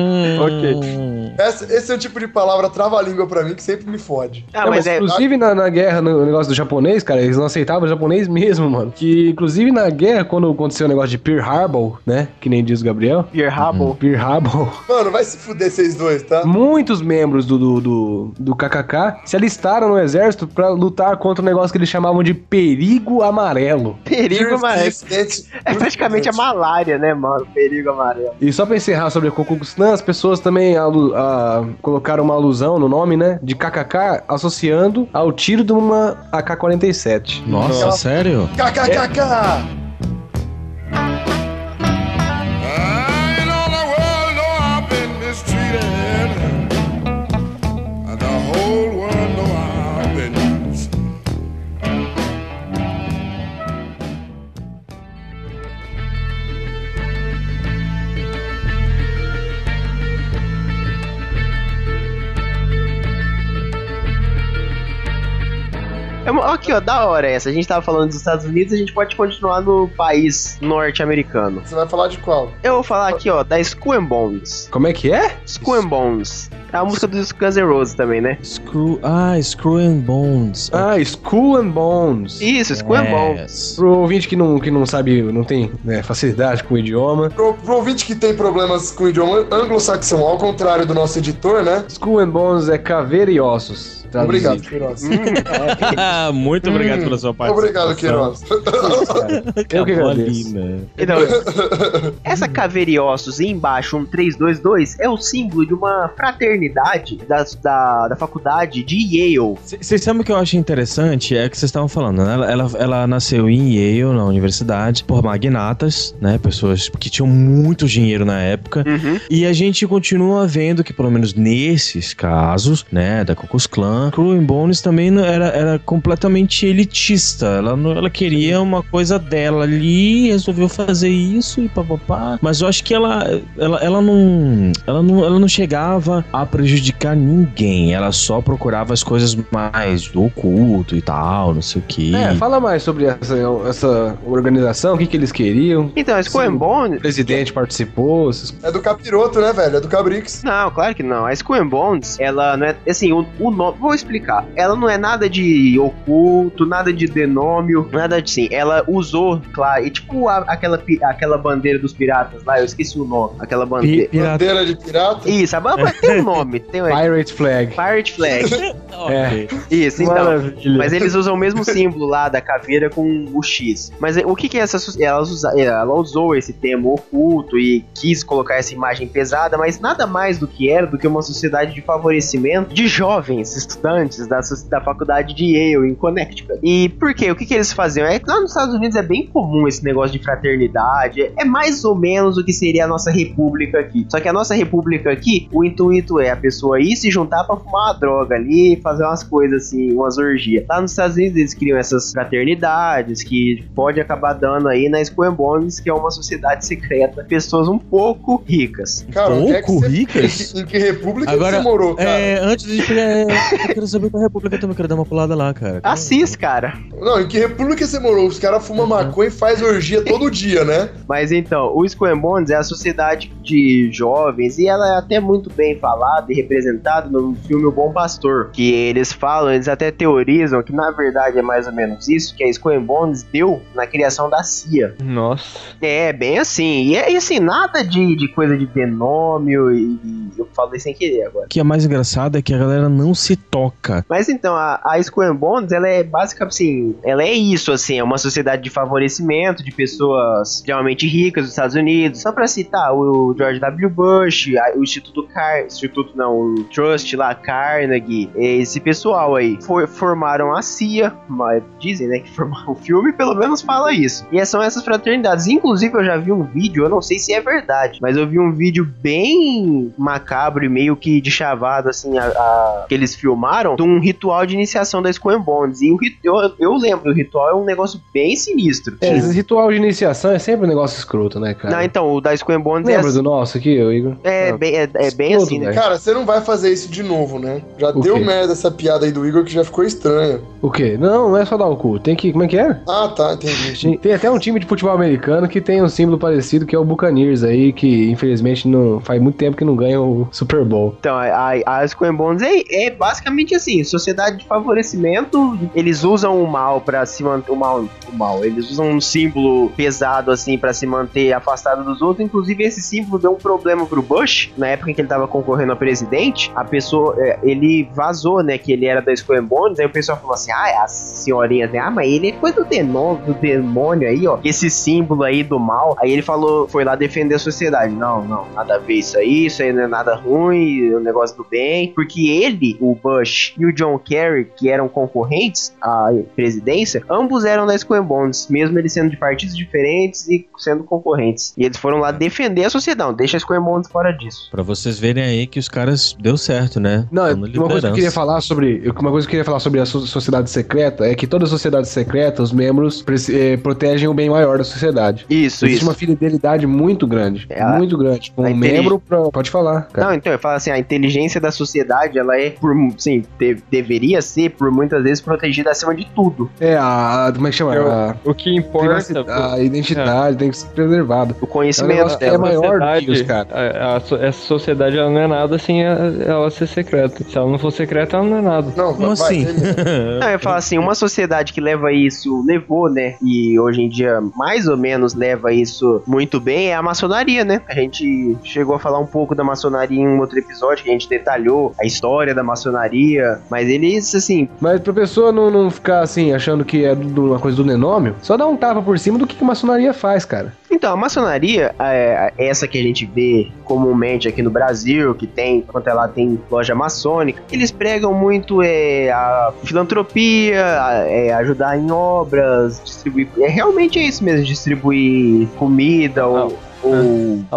Speaker 5: Hum,
Speaker 4: Essa- esse é o tipo de palavra trava-língua pra mim que sempre me fode.
Speaker 1: Ah,
Speaker 2: Não,
Speaker 1: mas
Speaker 2: mas
Speaker 1: é.
Speaker 2: inclusive na, na guerra, no negócio do japonês, cara, eles não aceitavam o japonês mesmo, mano. Que inclusive na guerra, quando aconteceu o negócio de Pearl Harbor, né? Que nem diz o Gabriel.
Speaker 1: Pierre Hubble.
Speaker 2: Pearl Harbor.
Speaker 4: Mano, vai se fuder vocês dois, tá?
Speaker 2: Muitos membros do, do, do, do KKK se alistaram no exército pra lutar contra um negócio que eles chamavam de perigo amarelo.
Speaker 1: Perigo amarelo.
Speaker 4: Jurisdicente-
Speaker 1: É praticamente a malária, né, mano? Perigo amarelo.
Speaker 2: E só pra encerrar sobre a Cucux Clã, as pessoas também alu- a- colocaram uma alusão no nome, né? De KKK, associando ao tiro de uma AK-47.
Speaker 5: Nossa, sério?
Speaker 4: KKKK!
Speaker 11: I know the world know I've been mistreated. And the whole world know I've been used.
Speaker 1: É uma- Aqui, ó, da hora essa. A gente tava falando dos Estados Unidos, a gente pode continuar no país norte-americano.
Speaker 4: Você vai falar de qual?
Speaker 1: Eu vou falar aqui, ó, da Skull and Bones.
Speaker 2: Como é que é?
Speaker 1: Skull and Bones. É a música dos Guns N' Roses também, né?
Speaker 5: Screw. Ah, Screw and Bones. É.
Speaker 2: Ah, Skull and Bones.
Speaker 1: Isso, Skull and Bones.
Speaker 5: Yes.
Speaker 2: Pro ouvinte que não, que não sabe, não tem né, facilidade com o idioma,
Speaker 4: Pro, pro ouvinte que tem problemas com o idioma anglo-saxão, ao contrário do nosso editor, né?
Speaker 2: Skull and Bones é caveira e ossos. traduzido.
Speaker 4: Obrigado, Queiroz.
Speaker 1: Hum,
Speaker 5: Ah, Muito obrigado
Speaker 4: Hum,
Speaker 5: pela sua parte.
Speaker 4: Obrigado, Queiroz.
Speaker 2: Eu que agradeço.
Speaker 5: né?
Speaker 1: Então, essa caveira e ossos e embaixo, um 322, é o símbolo de uma fraternidade da, da, da faculdade de Yale.
Speaker 5: Vocês sabem o que eu acho interessante? É que vocês estavam falando, né? Ela, ela, ela nasceu em Yale, na universidade, por magnatas, né? Pessoas que tinham muito dinheiro na época.
Speaker 1: Uhum.
Speaker 5: E a gente continua vendo que, pelo menos nesses casos, né, da Cocos Clan, Crew and Bones também não- era, era completamente elitista. Ela, não- ela queria uma coisa dela ali, resolveu fazer isso e papapá. Mas eu acho que ela, ela, ela, não, ela, não, ela não chegava a prejudicar ninguém. Ela só procurava as coisas mais do oculto e tal, não sei o que.
Speaker 2: É, fala mais sobre essa, essa organização, o que, que eles queriam.
Speaker 1: Então, a Skull
Speaker 2: Sim.
Speaker 1: and Bones.
Speaker 2: O presidente participou, esses
Speaker 4: É do capiroto, né, velho? É do Cabrix.
Speaker 1: Não, claro que não. A Skull and Bones, ela não é. Assim, o, o nome. Vou vou explicar. Ela não é nada de oculto, nada de denômio, nada de sim. Ela usou, claro, e tipo a- aquela, pi- aquela bandeira dos piratas lá, eu esqueci o nome. Aquela bandeira.
Speaker 4: Bandeira de pirata?
Speaker 1: Isso, a bandeira tem um nome. Tem um...
Speaker 2: Pirate Flag.
Speaker 1: Pirate Flag.
Speaker 2: É.
Speaker 1: Isso, então.
Speaker 3: Maravilha.
Speaker 1: Mas eles usam o mesmo símbolo lá da caveira com o X. Mas eh, o que que é essa... su- Elas usa- Ela usou esse termo oculto e quis colocar essa imagem pesada, mas nada mais do que era do que uma sociedade de favorecimento de jovens estudantes da, so- da faculdade de Yale, em Connecticut. E por quê? O que que eles faziam? É que lá nos Estados Unidos é bem comum esse negócio de fraternidade, é- é mais ou menos o que seria a nossa república aqui. Só que a nossa república aqui, o intuito é a pessoa ir se juntar pra fumar uma droga ali, fazer umas coisas assim, umas orgias. Lá nos Estados Unidos eles criam essas fraternidades que pode acabar dando aí na Squam Bombs, que é uma sociedade secreta, pessoas um pouco ricas.
Speaker 4: Cara, onde é que
Speaker 10: Pouco
Speaker 4: você-
Speaker 10: ricas?
Speaker 4: Em que república
Speaker 10: Agora,
Speaker 4: você morou, cara?
Speaker 10: É, antes de pegar, é, eu quero saber qual república eu também quero dar uma pulada lá, cara.
Speaker 2: Ah,
Speaker 10: é
Speaker 1: Assis, cara.
Speaker 4: Não, em que república você morou? Os caras fumam maconha e fazem orgia todo dia, né?
Speaker 1: Mas então, o Skull and Bones é a sociedade de jovens e ela é até muito bem falada e representada no filme O Bom Pastor, que eles falam, eles até teorizam que na verdade é mais ou menos isso que a Skull and Bones deu na criação da CIA.
Speaker 3: Nossa.
Speaker 1: É, bem assim. E é e assim, nada de, de coisa de denômio e, e eu falei sem querer agora.
Speaker 10: O que é mais engraçado é que a galera não se toca.
Speaker 1: Mas então, a, a Skull and Bones, ela é basicamente assim, ela é isso, assim, é uma sociedade de favorecimento de pessoas geralmente ricas dos Estados Unidos. Só pra citar, o George W. Bush, a- o Instituto Car... Instituto não, o Trust lá, Carnegie, esse pessoal aí. For- formaram a CIA, mas dizem, né, que formaram o filme, pelo menos fala isso. E é, são essas fraternidades. Inclusive, eu já vi um vídeo, eu não sei se é verdade, mas eu vi um vídeo bem macabro e meio que de chavado, assim, a- a que eles filmaram de um ritual de iniciação da Squam Bonds. E o rit- eu, eu lembro, o ritual é um negócio bem sinistro. Tipo,
Speaker 2: É, esse ritual de iniciação é sempre um negócio escroto, né, cara?
Speaker 1: Não, então, o da Squam Bonds é,
Speaker 2: Lembra do nosso aqui, ô Igor?
Speaker 1: é,
Speaker 2: Ah,
Speaker 1: bem, é, é bem
Speaker 2: escroto,
Speaker 1: assim, né?
Speaker 2: velho.
Speaker 4: Cara, você não vai fazer isso de novo, né? Já
Speaker 2: O
Speaker 4: deu
Speaker 2: quê?
Speaker 4: merda essa piada aí do Igor que já ficou estranha.
Speaker 2: O quê? Não, não é só dar o cu. Tem que. Como é que é?
Speaker 4: Ah, tá, entendi.
Speaker 2: Tem- Tem até um time de futebol americano que tem um símbolo parecido, que é o Buccaneers aí, que infelizmente não faz muito tempo que não ganha o Super Bowl.
Speaker 1: Então, a, a Squam Bonds é, é basicamente assim, sociedade de favorecimento, eles usam o mal para se manter, o mal, o mal, eles usam um símbolo pesado assim para se manter afastado dos outros, inclusive esse símbolo deu um problema pro Bush, na época em que ele tava concorrendo a presidente, a pessoa, é, ele vazou, né, que ele era da Squam Bonds, aí o pessoal falou assim, ah, as senhorinhas, né, ah, mas ele é coisa do demônio, do demônio aí, ó, esse símbolo aí do mal, aí ele falou, foi lá defender a sociedade, não, não, nada a ver isso aí, isso aí não é nada ruim, é um negócio do bem, porque ele, o Bush e o John Kerry, que eram concorrentes à presidência, ambos eram da Squam Bonds, mesmo eles sendo de partidos diferentes e sendo concorrentes, e eles foram lá defender a sociedade, não, deixa a Squam Bonds fora disso.
Speaker 10: Pra vocês verem aí que os caras deu certo, né?
Speaker 5: Tá
Speaker 2: Não, é
Speaker 10: Tão na
Speaker 2: uma coisa que eu
Speaker 10: liderança.
Speaker 2: queria falar sobre. eu- Uma coisa que eu queria falar sobre a so- sociedade secreta é que toda sociedade secreta, os membros prece- eh, protegem o bem maior da sociedade.
Speaker 1: Isso,
Speaker 2: Existe
Speaker 1: isso.
Speaker 2: uma fidelidade muito grande.
Speaker 1: É, a-
Speaker 2: muito grande. Com
Speaker 1: a
Speaker 2: um
Speaker 1: intelig-
Speaker 2: membro pra- Pode falar, cara.
Speaker 1: Não, então, eu falo assim, a inteligência da sociedade, ela é, por, sim, de- deveria ser, por muitas vezes, protegida acima de tudo.
Speaker 2: É a. a- Como é que chama?
Speaker 3: Eu-
Speaker 2: a
Speaker 3: O que importa. é pô,
Speaker 2: privacidade, a identidade tem que ser preservada.
Speaker 1: O
Speaker 2: É um
Speaker 1: conhecimento
Speaker 2: negócio que é
Speaker 1: dela.
Speaker 2: maior do
Speaker 3: sociedade, É,
Speaker 2: que os caras.
Speaker 3: a- a so- essa sociedade ela não é nada sem a- ela ser secreta. Se ela não for secreta, ela não é nada.
Speaker 4: Não,
Speaker 10: Como
Speaker 4: vai,
Speaker 10: assim?
Speaker 4: termina.
Speaker 1: Não, eu falo assim, uma sociedade que leva isso, levou, né? E hoje em dia, mais ou menos, leva isso muito bem, é a maçonaria, né? A gente chegou a falar um pouco da maçonaria em um outro episódio, que a gente detalhou a história da maçonaria, mas eles, assim,
Speaker 2: Mas pra pessoa não, não ficar assim, achando que é do- uma coisa do nenômio, só dá um tapa por cima do que, que maçonaria faz, cara.
Speaker 1: Então, a maçonaria, é, essa que a gente vê comumente aqui no Brasil, que tem, quanto ela tem loja maçônica, eles pregam muito é, a filantropia, a- é, ajudar em obras, distribuir. É, realmente é isso mesmo, distribuir comida ou.
Speaker 3: ah.
Speaker 1: ou bens,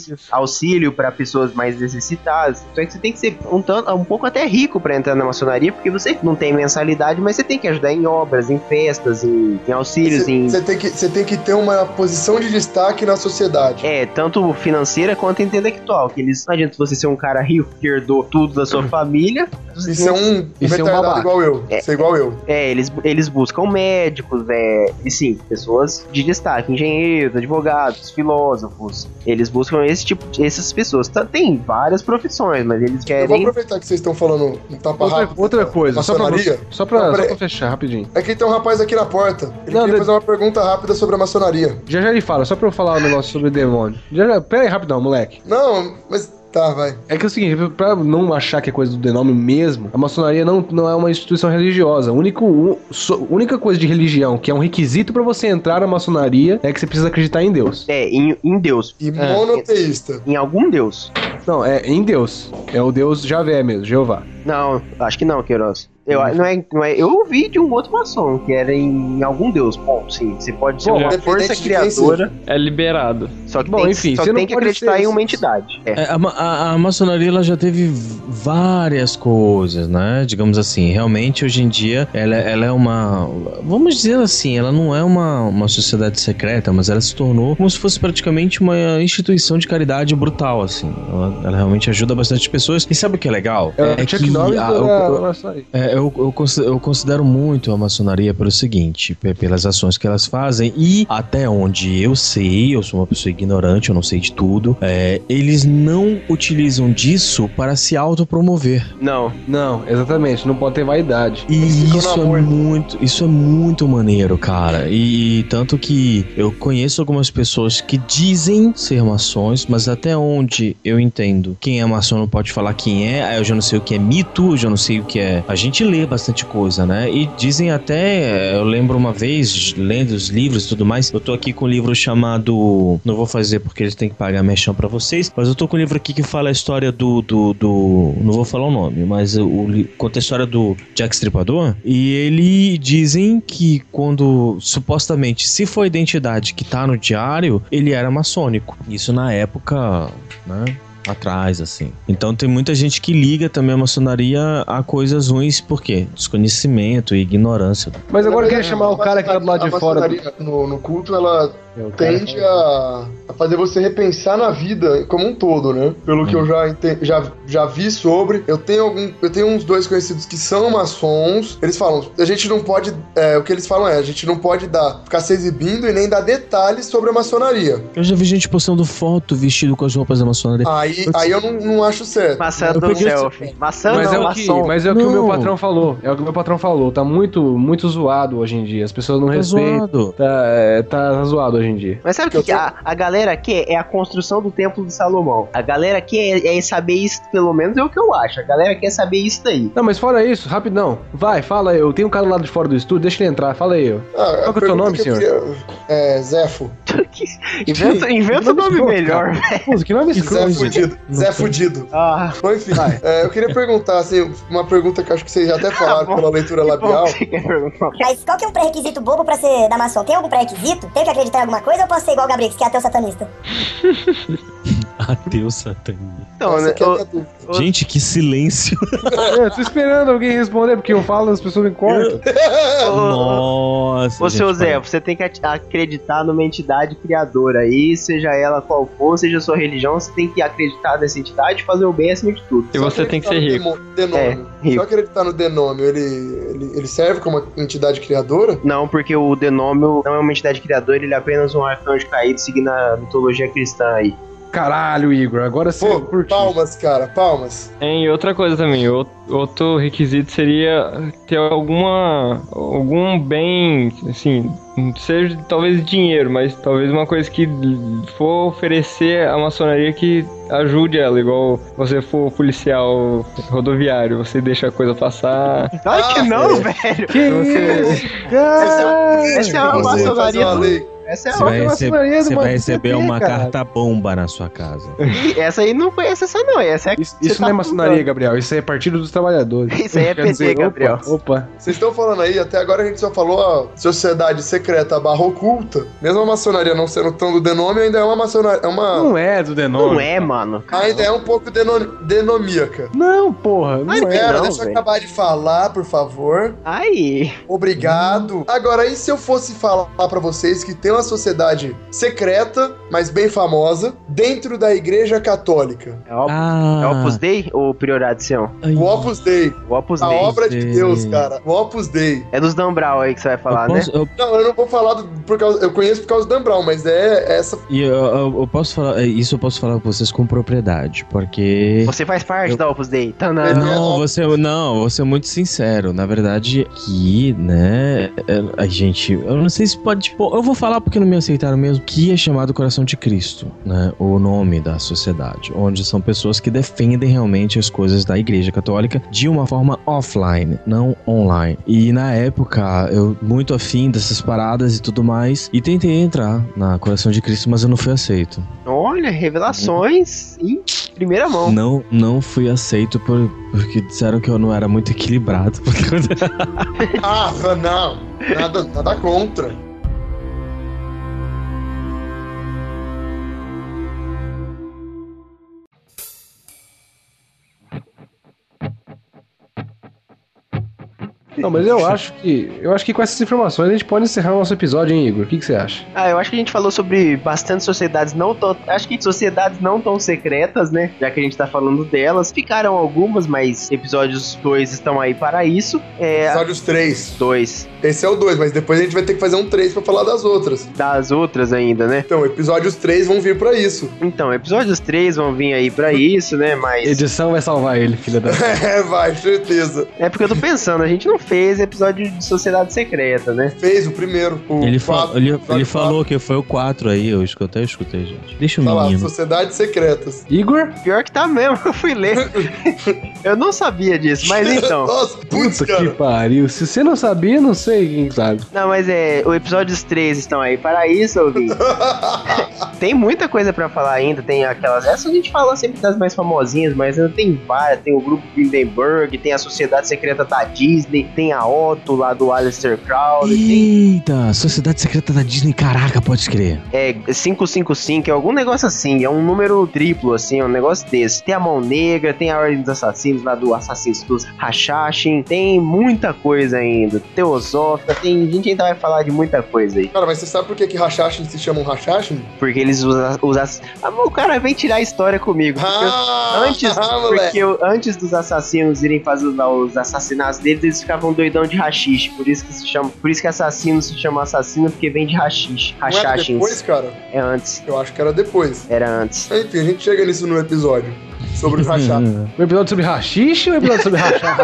Speaker 3: Auxílios.
Speaker 1: auxílio para pessoas mais necessitadas. Só que você tem que ser um, tanto, um pouco até rico para entrar na maçonaria, porque você não tem mensalidade, mas você tem que ajudar em obras, em festas, em, em auxílios, em
Speaker 4: Você tem, que- você tem que ter uma posição de destaque na sociedade.
Speaker 1: É, tanto financeira quanto intelectual. Que eles não adianta você ser um cara rico que herdou tudo da sua
Speaker 4: Uhum.
Speaker 1: família.
Speaker 4: E ser um
Speaker 2: Isso é um
Speaker 4: retardado
Speaker 2: babaca.
Speaker 4: igual eu.
Speaker 1: É.
Speaker 4: Ser igual eu.
Speaker 1: É, eles, eles buscam médicos, é, e sim, pessoas de destaque, engenheiros, advogados, filósofos. filósofos. Eles buscam esse tipo, essas pessoas. Tá- Tem várias profissões, mas eles
Speaker 2: É
Speaker 4: Eu vou
Speaker 1: querem.
Speaker 4: aproveitar que vocês estão falando um tapa
Speaker 2: Outra,
Speaker 4: rápido.
Speaker 2: outra coisa, só pra,
Speaker 4: Maçonaria?
Speaker 2: só, pra,
Speaker 4: Não,
Speaker 2: só
Speaker 4: peraí.
Speaker 2: pra fechar rapidinho.
Speaker 4: É que tem um rapaz aqui na porta. Ele
Speaker 2: Não,
Speaker 4: queria
Speaker 2: de-
Speaker 4: fazer uma pergunta rápida sobre a maçonaria.
Speaker 2: Já já ele fala, só pra eu falar um negócio sobre o demônio. Já já, pera aí rapidão, moleque.
Speaker 4: Não, mas tá, vai.
Speaker 2: É que é o seguinte, pra não achar que é coisa do denome mesmo, a maçonaria não, não é uma instituição religiosa. A único, u- so- única coisa de religião que é um requisito pra você entrar na maçonaria é que você precisa acreditar em Deus.
Speaker 1: É, em, em Deus.
Speaker 4: E monoteísta.
Speaker 1: Em algum Deus.
Speaker 2: Não, é em Deus. É o Deus Javé mesmo, Jeová.
Speaker 1: Não, acho que não, Queiroz. Eu,
Speaker 4: Uhum.
Speaker 1: não é, não é, eu ouvi de um outro maçom que era em algum deus. Bom, sim, você pode ser
Speaker 4: Bom,
Speaker 1: uma
Speaker 4: independente
Speaker 1: força
Speaker 4: de quem
Speaker 1: criadora,
Speaker 3: É liberado.
Speaker 1: só que
Speaker 2: Bom,
Speaker 1: tem,
Speaker 2: enfim,
Speaker 1: só
Speaker 2: você
Speaker 1: tem
Speaker 2: não
Speaker 1: que
Speaker 2: pode
Speaker 1: acreditar
Speaker 2: ser
Speaker 1: em
Speaker 2: isso.
Speaker 1: uma entidade. É.
Speaker 5: É, a, ma- a- a maçonaria ela já teve v- várias coisas, né? Digamos assim, realmente hoje em dia ela, ela é uma. Vamos dizer assim, ela não é uma, uma sociedade secreta, mas ela se tornou como se fosse praticamente uma instituição de caridade brutal, assim. Ela, ela realmente ajuda bastante pessoas. E sabe o que é legal?
Speaker 2: É, o Chuck Norris
Speaker 5: a-
Speaker 2: da-
Speaker 5: o-
Speaker 2: da
Speaker 5: o-
Speaker 2: maçonaria.
Speaker 5: é, eu, eu cons- eu considero muito a maçonaria pelo seguinte, pe- pelas ações que elas fazem e até onde eu sei, eu sou uma pessoa ignorante, eu não sei de tudo, é, eles não utilizam disso para se autopromover.
Speaker 1: Não,
Speaker 2: Não, exatamente, não pode ter vaidade.
Speaker 5: E
Speaker 4: ficam
Speaker 5: isso
Speaker 4: na
Speaker 5: é
Speaker 4: moita.
Speaker 5: muito, isso é muito maneiro, cara. E, tanto que eu conheço algumas pessoas que dizem ser maçons, mas até onde eu entendo quem é maçom não pode falar quem é, aí eu já não sei o que é mito, eu já não sei o que é. A gente lê bastante coisa, né? E dizem até, eh, eu lembro uma vez, lendo os livros e tudo mais, eu tô aqui com um livro chamado. Não vou fazer porque eles têm que pagar merchan pra vocês, mas eu tô com um livro aqui que fala a história do. do, do não vou falar o nome, mas o, li- conta a história do Jack Stripador. E ele dizem que quando. Supostamente, se for a identidade que tá no diário, ele era maçônico. Isso na época, né? atrás, assim. Então tem muita gente que liga também a maçonaria a coisas ruins, por quê? Desconhecimento e ignorância.
Speaker 2: Mas agora eu queria
Speaker 4: é A
Speaker 2: chamar o cara que tá do lado
Speaker 4: maçonaria-
Speaker 2: de fora.
Speaker 4: A maçonaria no, no culto, ela
Speaker 2: É, o cara-
Speaker 4: tende a, a fazer você repensar na vida como um todo, né? Pelo que eu já, ente- já, já vi sobre, eu tenho algum, eu tenho uns dois conhecidos que são maçons. Eles falam, a gente não pode, é, o que eles falam é, a gente não pode dar, ficar se exibindo e nem dar detalhes sobre a maçonaria.
Speaker 5: Eu já vi gente postando foto vestido com as roupas da
Speaker 1: Ah, tá
Speaker 5: maçonaria.
Speaker 4: Aí, aí eu não, não acho certo.
Speaker 1: maçã
Speaker 5: Eu
Speaker 1: do
Speaker 5: podia ser-
Speaker 1: selfie. Maçã
Speaker 2: Mas,
Speaker 1: não,
Speaker 2: é o que,
Speaker 1: maçom.
Speaker 2: mas é o que o meu
Speaker 5: Não.
Speaker 2: patrão falou. É o que o meu patrão falou. Tá muito, muito zoado hoje em dia. As pessoas não
Speaker 5: Tá
Speaker 2: respeitam.
Speaker 5: zoado.
Speaker 2: Tá, é, tá zoado hoje em dia.
Speaker 1: Mas sabe o
Speaker 4: Que eu
Speaker 1: que, que a, a galera aqui é a construção do templo de Salomão. A galera aqui é, é saber isso, pelo menos é o que eu acho. A galera quer saber isso daí.
Speaker 2: Não, mas fora isso, rapidão. Vai, fala aí. Eu tenho um cara do lado de fora do estúdio, deixa ele entrar. Fala aí. ó.
Speaker 4: Ah,
Speaker 2: Qual que é o teu nome,
Speaker 4: pergunta que eu queria- É, Zefo.
Speaker 1: inventa inventa um nome
Speaker 2: escroto,
Speaker 1: melhor.
Speaker 2: cara. Pô, que nome
Speaker 4: Zé
Speaker 2: escroto.
Speaker 4: Fudido. Zé Fudido.
Speaker 1: Ah,
Speaker 4: Bom, enfim, é, eu queria perguntar, assim, uma pergunta que eu acho que vocês já até falaram
Speaker 1: bom.
Speaker 4: pela leitura
Speaker 1: Ah, bom,
Speaker 4: labial.
Speaker 1: você quer perguntar?
Speaker 7: Mas qual que é um pré-requisito bobo pra ser da maçom? Tem algum pré-requisito? Tem que acreditar em alguma coisa ou posso ser igual o Gabrix, que é ateu satanista?
Speaker 5: Ateu satânico.
Speaker 1: Então,
Speaker 4: Essa
Speaker 1: né,
Speaker 4: aqui é a
Speaker 1: o-
Speaker 4: minha dúvida.
Speaker 5: Gente, que silêncio.
Speaker 2: É, tô esperando alguém responder, porque eu falo e as pessoas me cortam.
Speaker 1: o-
Speaker 5: Nossa.
Speaker 1: Ô, seu
Speaker 5: gente,
Speaker 1: Zé, você tem que at- acreditar numa entidade criadora aí, seja ela qual for, seja a sua religião, você tem que acreditar nessa entidade e fazer o bem acima de tudo.
Speaker 3: E
Speaker 4: Só
Speaker 3: você tem que ser rico.
Speaker 4: acreditar tá no demo- denômio.
Speaker 1: rico.
Speaker 4: Só acreditar no denômio, ele, ele, ele serve como uma entidade criadora?
Speaker 1: Não, porque o denômio não é uma entidade criadora, ele é apenas um arcanjo caído seguindo a mitologia cristã aí.
Speaker 2: Caralho, Igor, agora sim.
Speaker 4: Pô,
Speaker 2: curti.
Speaker 4: palmas, cara, palmas.
Speaker 3: Hein, É, E outra coisa também, o- outro requisito seria ter alguma algum bem, assim, não seja talvez dinheiro, mas talvez uma coisa que for oferecer à maçonaria que ajude ela, igual você for policial rodoviário, você deixa a coisa passar.
Speaker 1: Claro que
Speaker 4: Ah,
Speaker 1: não,
Speaker 4: é.
Speaker 1: velho!
Speaker 2: Que isso, cara?
Speaker 4: um
Speaker 1: Essa é uma
Speaker 4: Você fazer
Speaker 1: maçonaria
Speaker 4: uma
Speaker 1: do-
Speaker 4: lei.
Speaker 1: Essa é
Speaker 5: Você
Speaker 1: a
Speaker 5: vai,
Speaker 2: uma
Speaker 5: rece-
Speaker 2: maçonaria do
Speaker 5: você
Speaker 2: Banco
Speaker 5: vai receber
Speaker 2: CP,
Speaker 5: uma
Speaker 2: cara.
Speaker 5: carta bomba na sua casa.
Speaker 1: É Essa aí não conhece essa não, essa é
Speaker 2: Isso,
Speaker 1: você
Speaker 2: isso
Speaker 1: tá
Speaker 2: não é maçonaria, Gabriel. Isso aí é Partido dos Trabalhadores.
Speaker 1: Isso aí é
Speaker 2: Quer
Speaker 1: PT,
Speaker 2: dizer,
Speaker 1: Gabriel.
Speaker 2: Opa, opa.
Speaker 4: Vocês estão falando aí, até agora a gente só falou a sociedade secreta barra oculta. Mesmo a maçonaria não sendo tão do denômio, ainda é uma maçonaria. É uma,
Speaker 2: Não é do
Speaker 1: Não
Speaker 2: Denome.
Speaker 1: é, mano.
Speaker 4: ainda é um pouco deno- denomíaca.
Speaker 2: Não, porra. Não
Speaker 1: Mas-
Speaker 2: é.
Speaker 4: Pera,
Speaker 1: não,
Speaker 4: deixa eu
Speaker 1: velho.
Speaker 4: acabar de falar, por favor.
Speaker 1: Aí.
Speaker 4: Obrigado. Agora, e se eu fosse falar pra vocês que tem uma sociedade secreta, mas bem famosa, dentro da Igreja Católica?
Speaker 1: É o
Speaker 5: Ah,
Speaker 1: é Opus Dei ou Priorato de Sião?
Speaker 5: ai,
Speaker 4: O Opus Dei.
Speaker 1: O Opus
Speaker 4: A
Speaker 1: Dei.
Speaker 4: obra de
Speaker 5: Dei.
Speaker 4: Deus, cara. O Opus Dei.
Speaker 1: É dos Dan Brown aí que você vai falar,
Speaker 5: eu
Speaker 1: né?
Speaker 5: posso- eu-
Speaker 4: Não, eu não vou falar do, por causa, eu conheço por causa do Dan Brown, mas é essa.
Speaker 5: E eu, eu- eu posso falar, é, isso eu posso falar pra vocês com propriedade, porque.
Speaker 1: Você faz parte da Opus Dei. Tanã.
Speaker 5: Não, você não, vou ser muito sincero. Na verdade, que, né, é, a gente, eu não sei se pode, tipo, eu vou falar porque não me aceitaram mesmo, que é chamado Coração de Cristo, né, o nome da sociedade, onde são pessoas que defendem realmente as coisas da Igreja Católica de uma forma offline, não online. E na época, eu muito afim dessas paradas e tudo mais, e tentei entrar na Coração de Cristo, mas eu não fui aceito.
Speaker 1: Olha, revelações em primeira mão.
Speaker 5: Não, não fui aceito por, porque disseram que eu não era muito equilibrado.
Speaker 4: Ah, não. Nada, nada contra.
Speaker 2: Não, mas eu acho que. Eu acho que com essas informações a gente pode encerrar o nosso episódio, hein, Igor? O que, que você acha?
Speaker 1: Ah, eu acho que a gente falou sobre bastante sociedades não tão. Acho que sociedades não tão secretas, né? Já que a gente tá falando delas. Ficaram algumas, mas episódios 2 estão aí para isso. É,
Speaker 4: Episódios 3.
Speaker 1: 2.
Speaker 4: Esse é o 2, mas depois a gente vai ter que fazer um 3 pra falar das outras.
Speaker 1: Das outras ainda, né?
Speaker 4: Então, episódios 3 vão vir pra isso.
Speaker 1: Então, episódios 3 vão vir aí pra isso, né? Mas.
Speaker 2: Edição vai salvar ele, filha da.
Speaker 4: É, vai, certeza.
Speaker 1: É porque eu tô pensando, a gente não fez episódio de Sociedade Secreta, né?
Speaker 4: Fez o primeiro. O
Speaker 5: Ele, fa-
Speaker 4: quatro,
Speaker 5: ele,
Speaker 4: episódio
Speaker 5: ele falou que foi o 4 aí, eu escutei, até escutei, gente. Deixa o
Speaker 4: Tá lá,
Speaker 5: menino.
Speaker 4: Sociedades Secretas.
Speaker 2: Igor?
Speaker 1: Pior que tá mesmo, eu fui ler. eu não sabia disso, mas então.
Speaker 4: Nossa, putz,
Speaker 2: Puta
Speaker 4: cara.
Speaker 2: que pariu. Se você não sabia, não sei quem sabe.
Speaker 1: Não, mas é. O episódios 3 estão aí para isso, ouvinte. tem muita coisa pra falar ainda. Tem aquelas. Essa a gente fala sempre das mais famosinhas, mas ainda tem várias. Tem o grupo Hindenburg, tem a Sociedade Secreta da Disney, tem a Otto lá do Aleister Crowley, tem
Speaker 5: Eita, Sociedade Secreta da Disney, caraca, pode crer.
Speaker 1: é, 555, é algum negócio assim, é um número triplo, assim, é um negócio desse. Tem a Mão Negra, tem a Ordem dos Assassinos lá do Assassinos dos Hashashin, tem muita coisa ainda. Teosófica, tem. A gente ainda vai falar de muita coisa aí.
Speaker 4: Cara, mas você sabe por que, que Rachachin se chama um Rachachin?
Speaker 1: Porque eles usam. usam- Ah, mas o cara vem tirar a história comigo. porque eu-
Speaker 4: Ah,
Speaker 1: antes,
Speaker 4: ah,
Speaker 1: porque
Speaker 4: moleque.
Speaker 1: eu- antes dos assassinos irem fazer lá os assassinatos deles, eles ficavam doidão de rachixe. Por isso que se chama. Por isso que assassino se chama assassino, porque vem de rachixe.
Speaker 4: Não era depois,
Speaker 1: Rachachins.
Speaker 4: cara?
Speaker 1: É antes.
Speaker 4: Eu acho que era depois.
Speaker 1: Era antes.
Speaker 4: Enfim, a gente chega nisso no episódio. Sobre o Rachachin.
Speaker 2: Um episódio sobre rachixe ou um episódio sobre rachar?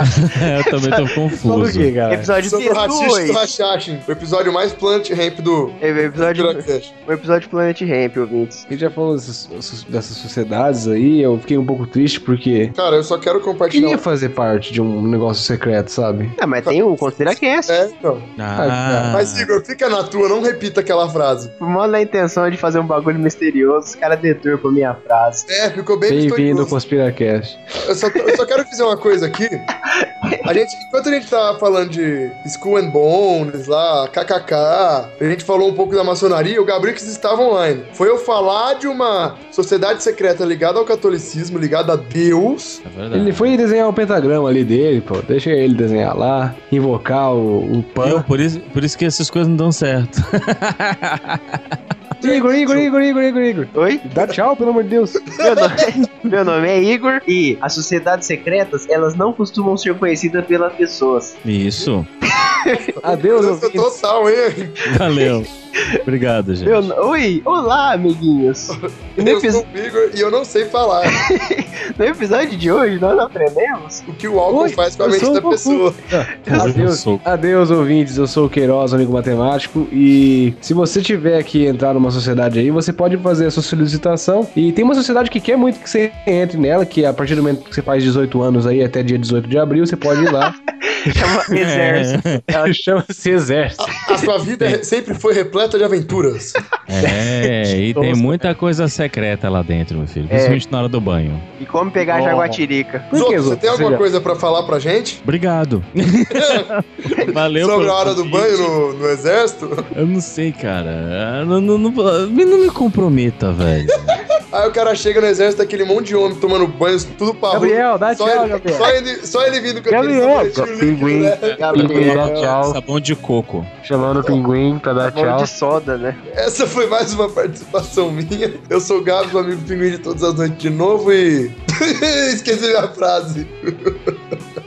Speaker 5: É, eu também tô
Speaker 2: Fala o
Speaker 5: confuso.
Speaker 2: quê, cara?
Speaker 1: Episódio
Speaker 4: Sobre o racista do
Speaker 1: 2.
Speaker 4: Rachachin. O episódio mais plant ramp do
Speaker 1: É, Episódio,
Speaker 4: Piracast.
Speaker 1: o episódio Planet Ramp, ouvintes.
Speaker 2: A gente já falou dessas, dessas sociedades aí, eu fiquei um pouco triste porque
Speaker 4: Cara, eu só quero
Speaker 2: eu queria
Speaker 4: compartilhar.
Speaker 2: fazer parte de um negócio secreto, sabe?
Speaker 1: Ah, mas tem o ConsideraCast.
Speaker 4: É, então.
Speaker 5: Ah,
Speaker 4: Mas, Igor, fica na tua, não repita aquela frase.
Speaker 1: Mó na intenção de fazer um bagulho misterioso, os caras deturpam minha frase.
Speaker 4: É, ficou bem
Speaker 2: Bem-vindo ao
Speaker 4: misterioso.
Speaker 2: Conspiracast.
Speaker 4: Eu só, eu só quero dizer uma coisa aqui. A gente, enquanto a gente tava falando de School and Bones lá, KKK, a gente falou um pouco da maçonaria, o Gabriel que estava online. Foi eu falar de uma sociedade secreta ligada ao catolicismo, ligada a Deus.
Speaker 5: é verdade.
Speaker 2: Ele foi desenhar o pentagrama ali dele, pô. Deixa ele desenhar lá, invocar o, o
Speaker 5: Eu,
Speaker 2: pan.
Speaker 5: por, isso, por isso que essas coisas não dão certo.
Speaker 2: Igor, Igor, Igor, Igor, Igor, Igor.
Speaker 1: Oi?
Speaker 2: Dá tchau, pelo amor de Deus.
Speaker 1: Meu nome, meu nome é Igor e as sociedades secretas, elas não costumam ser conhecidas pelas pessoas.
Speaker 5: Isso.
Speaker 2: Adeus,
Speaker 4: Deus é
Speaker 2: ouvintes.
Speaker 4: total, hein?
Speaker 5: Valeu. Obrigado, gente.
Speaker 1: Meu, no- oi, olá, amiguinhos. No,
Speaker 4: Eu
Speaker 1: epi-
Speaker 4: sou o Igor e eu não sei falar
Speaker 1: no episódio de hoje, nós aprendemos.
Speaker 4: o que o álcool
Speaker 2: Oi,
Speaker 4: faz com a
Speaker 2: eu
Speaker 4: mente
Speaker 2: sou um
Speaker 4: da
Speaker 2: o Goku.
Speaker 4: pessoa.
Speaker 5: Eu
Speaker 2: Adeus,
Speaker 5: sou-
Speaker 2: adeus, ouvintes. Eu sou o Queiroz, amigo matemático. E se você tiver que entrar numa sociedade aí, você pode fazer a sua solicitação. E tem uma sociedade que quer muito que você entre nela, que a partir do momento que você faz 18 anos aí, até dia 18 de abril, você pode ir lá.
Speaker 1: Chama É
Speaker 5: É.
Speaker 4: é
Speaker 1: Exército.
Speaker 2: Ela chama-se Exército.
Speaker 4: A sua vida é- sempre foi repleta de aventuras.
Speaker 5: É, e tem muita coisa secreta lá dentro, meu
Speaker 4: É.
Speaker 5: filho. Principalmente na hora do banho.
Speaker 1: E como pegar a
Speaker 2: Bom.
Speaker 1: jaguatirica.
Speaker 2: Por que,
Speaker 4: Zoto, você
Speaker 2: Zoto?
Speaker 4: tem alguma
Speaker 2: já-
Speaker 4: coisa pra falar pra gente?
Speaker 5: Obrigado. Valeu.
Speaker 4: Sobre
Speaker 5: pelo
Speaker 4: a hora do
Speaker 5: convite.
Speaker 4: banho no, no exército?
Speaker 5: Eu não sei, cara. Eu Não, não, não, não me comprometa, velho.
Speaker 4: Aí o cara chega no exército, aquele monte de homem tomando banho, tudo parrudo.
Speaker 2: Gabriel, dá
Speaker 4: só,
Speaker 2: tchau,
Speaker 4: ele,
Speaker 2: Gabriel.
Speaker 4: só ele, só ele vindo com
Speaker 2: Gabriel,
Speaker 4: aquele sabonete
Speaker 2: pinguim.
Speaker 4: líquido, né?
Speaker 1: Gabriel.
Speaker 2: Dá tchau.
Speaker 5: Sabão de coco.
Speaker 2: Chamando o pinguim pra dar
Speaker 1: Mão
Speaker 2: tchau.
Speaker 1: de soda, né?
Speaker 4: Essa foi mais uma participação minha. Eu sou o Gabs, o amigo pinguim de todas as noites de novo e... Esqueci minha frase.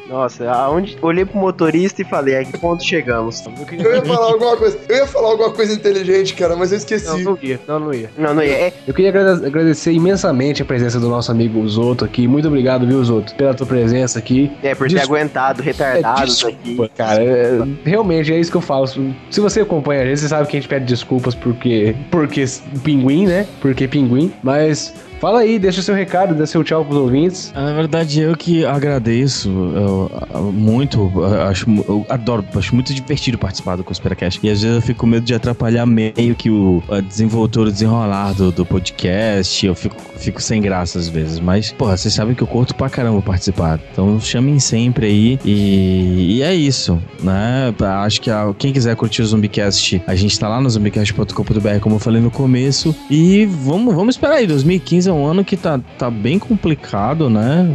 Speaker 1: Nossa, aonde olhei pro motorista e falei, a que ponto chegamos?
Speaker 4: Eu ia falar alguma coisa, eu ia falar alguma coisa inteligente, cara, mas eu esqueci. Não, não
Speaker 2: ia, não, não ia.
Speaker 1: Não, não ia. É,
Speaker 2: Eu queria agrade- agradecer imensamente a presença do nosso amigo Zoto aqui. Muito obrigado, viu, Zoto, pela tua presença aqui.
Speaker 1: é por ter
Speaker 2: Desculpa.
Speaker 1: aguentado, retardado isso aqui.
Speaker 2: Desculpa, cara. é- realmente é isso que eu falo. Se você acompanha a gente, você sabe que a gente pede desculpas porque. Porque pinguim, né? Porque pinguim. Mas fala aí, deixa o seu recado, dá seu tchau pros ouvintes.
Speaker 5: Ah, Na verdade, eu que agradeço eu, eu, muito. eu acho, mu- eu adoro, acho muito divertido participar do Conspiracast. E às vezes eu fico com medo de atrapalhar meio que o a desenvoltura, o desenrolar do, do podcast. Eu fico, fico sem graça às vezes. Mas, porra, vocês sabem que eu curto pra caramba participar. Então chamem sempre aí. E, e é isso, né? Acho que a- quem quiser curtir o Zumbicast, a gente tá lá no zumbicast.com.br, como eu falei no começo. E vamos, vamos esperar aí. 2015 é um ano que tá, tá bem complicado, né?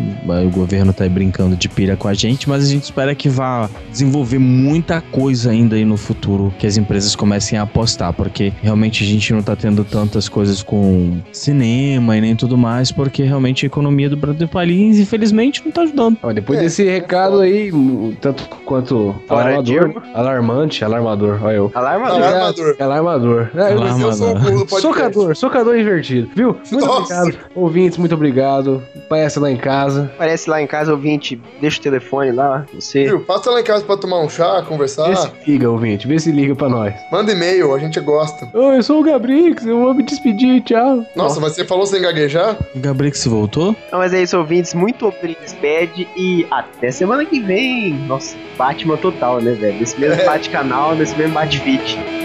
Speaker 5: O governo tá aí brincando de pira com a gente, mas a gente espera que vá desenvolver muita coisa ainda aí no futuro, que as empresas comecem a apostar, porque realmente a gente não tá tendo tantas coisas com cinema e nem tudo mais, porque realmente a economia do Brasil do país, infelizmente, não tá ajudando.
Speaker 2: Depois desse recado aí, m- tanto quanto
Speaker 5: Fora
Speaker 2: alarmador, alarmante, alarmador, olha eu.
Speaker 1: Alarmador.
Speaker 4: Alarmador.
Speaker 2: Alarmador. É, eu-
Speaker 5: Alarmador. Eu sou o burro do podcast.
Speaker 2: Socador, socador invertido, viu? Muito
Speaker 4: Nossa.
Speaker 2: obrigado, ouvintes, muito obrigado. Parece lá em casa.
Speaker 1: Aparece lá em casa, ouvinte, deixa o telefone lá, você...
Speaker 4: Viu? Passa lá em casa pra tomar um chá, conversar.
Speaker 2: Vê se liga, ouvinte, vê se liga pra nós.
Speaker 4: Manda e-mail, a gente gosta.
Speaker 2: Oi, eu sou o Gabrix, eu vou me despedir, tchau.
Speaker 4: Nossa, mas você falou sem gaguejar?
Speaker 5: O Gabriel que se voltou?
Speaker 1: Não, mas é isso, ouvintes, muito obrigado, despede e até semana que vem. Nossa, Batman total, né, velho? Nesse mesmo bate-canal, nesse mesmo bate-vídeo.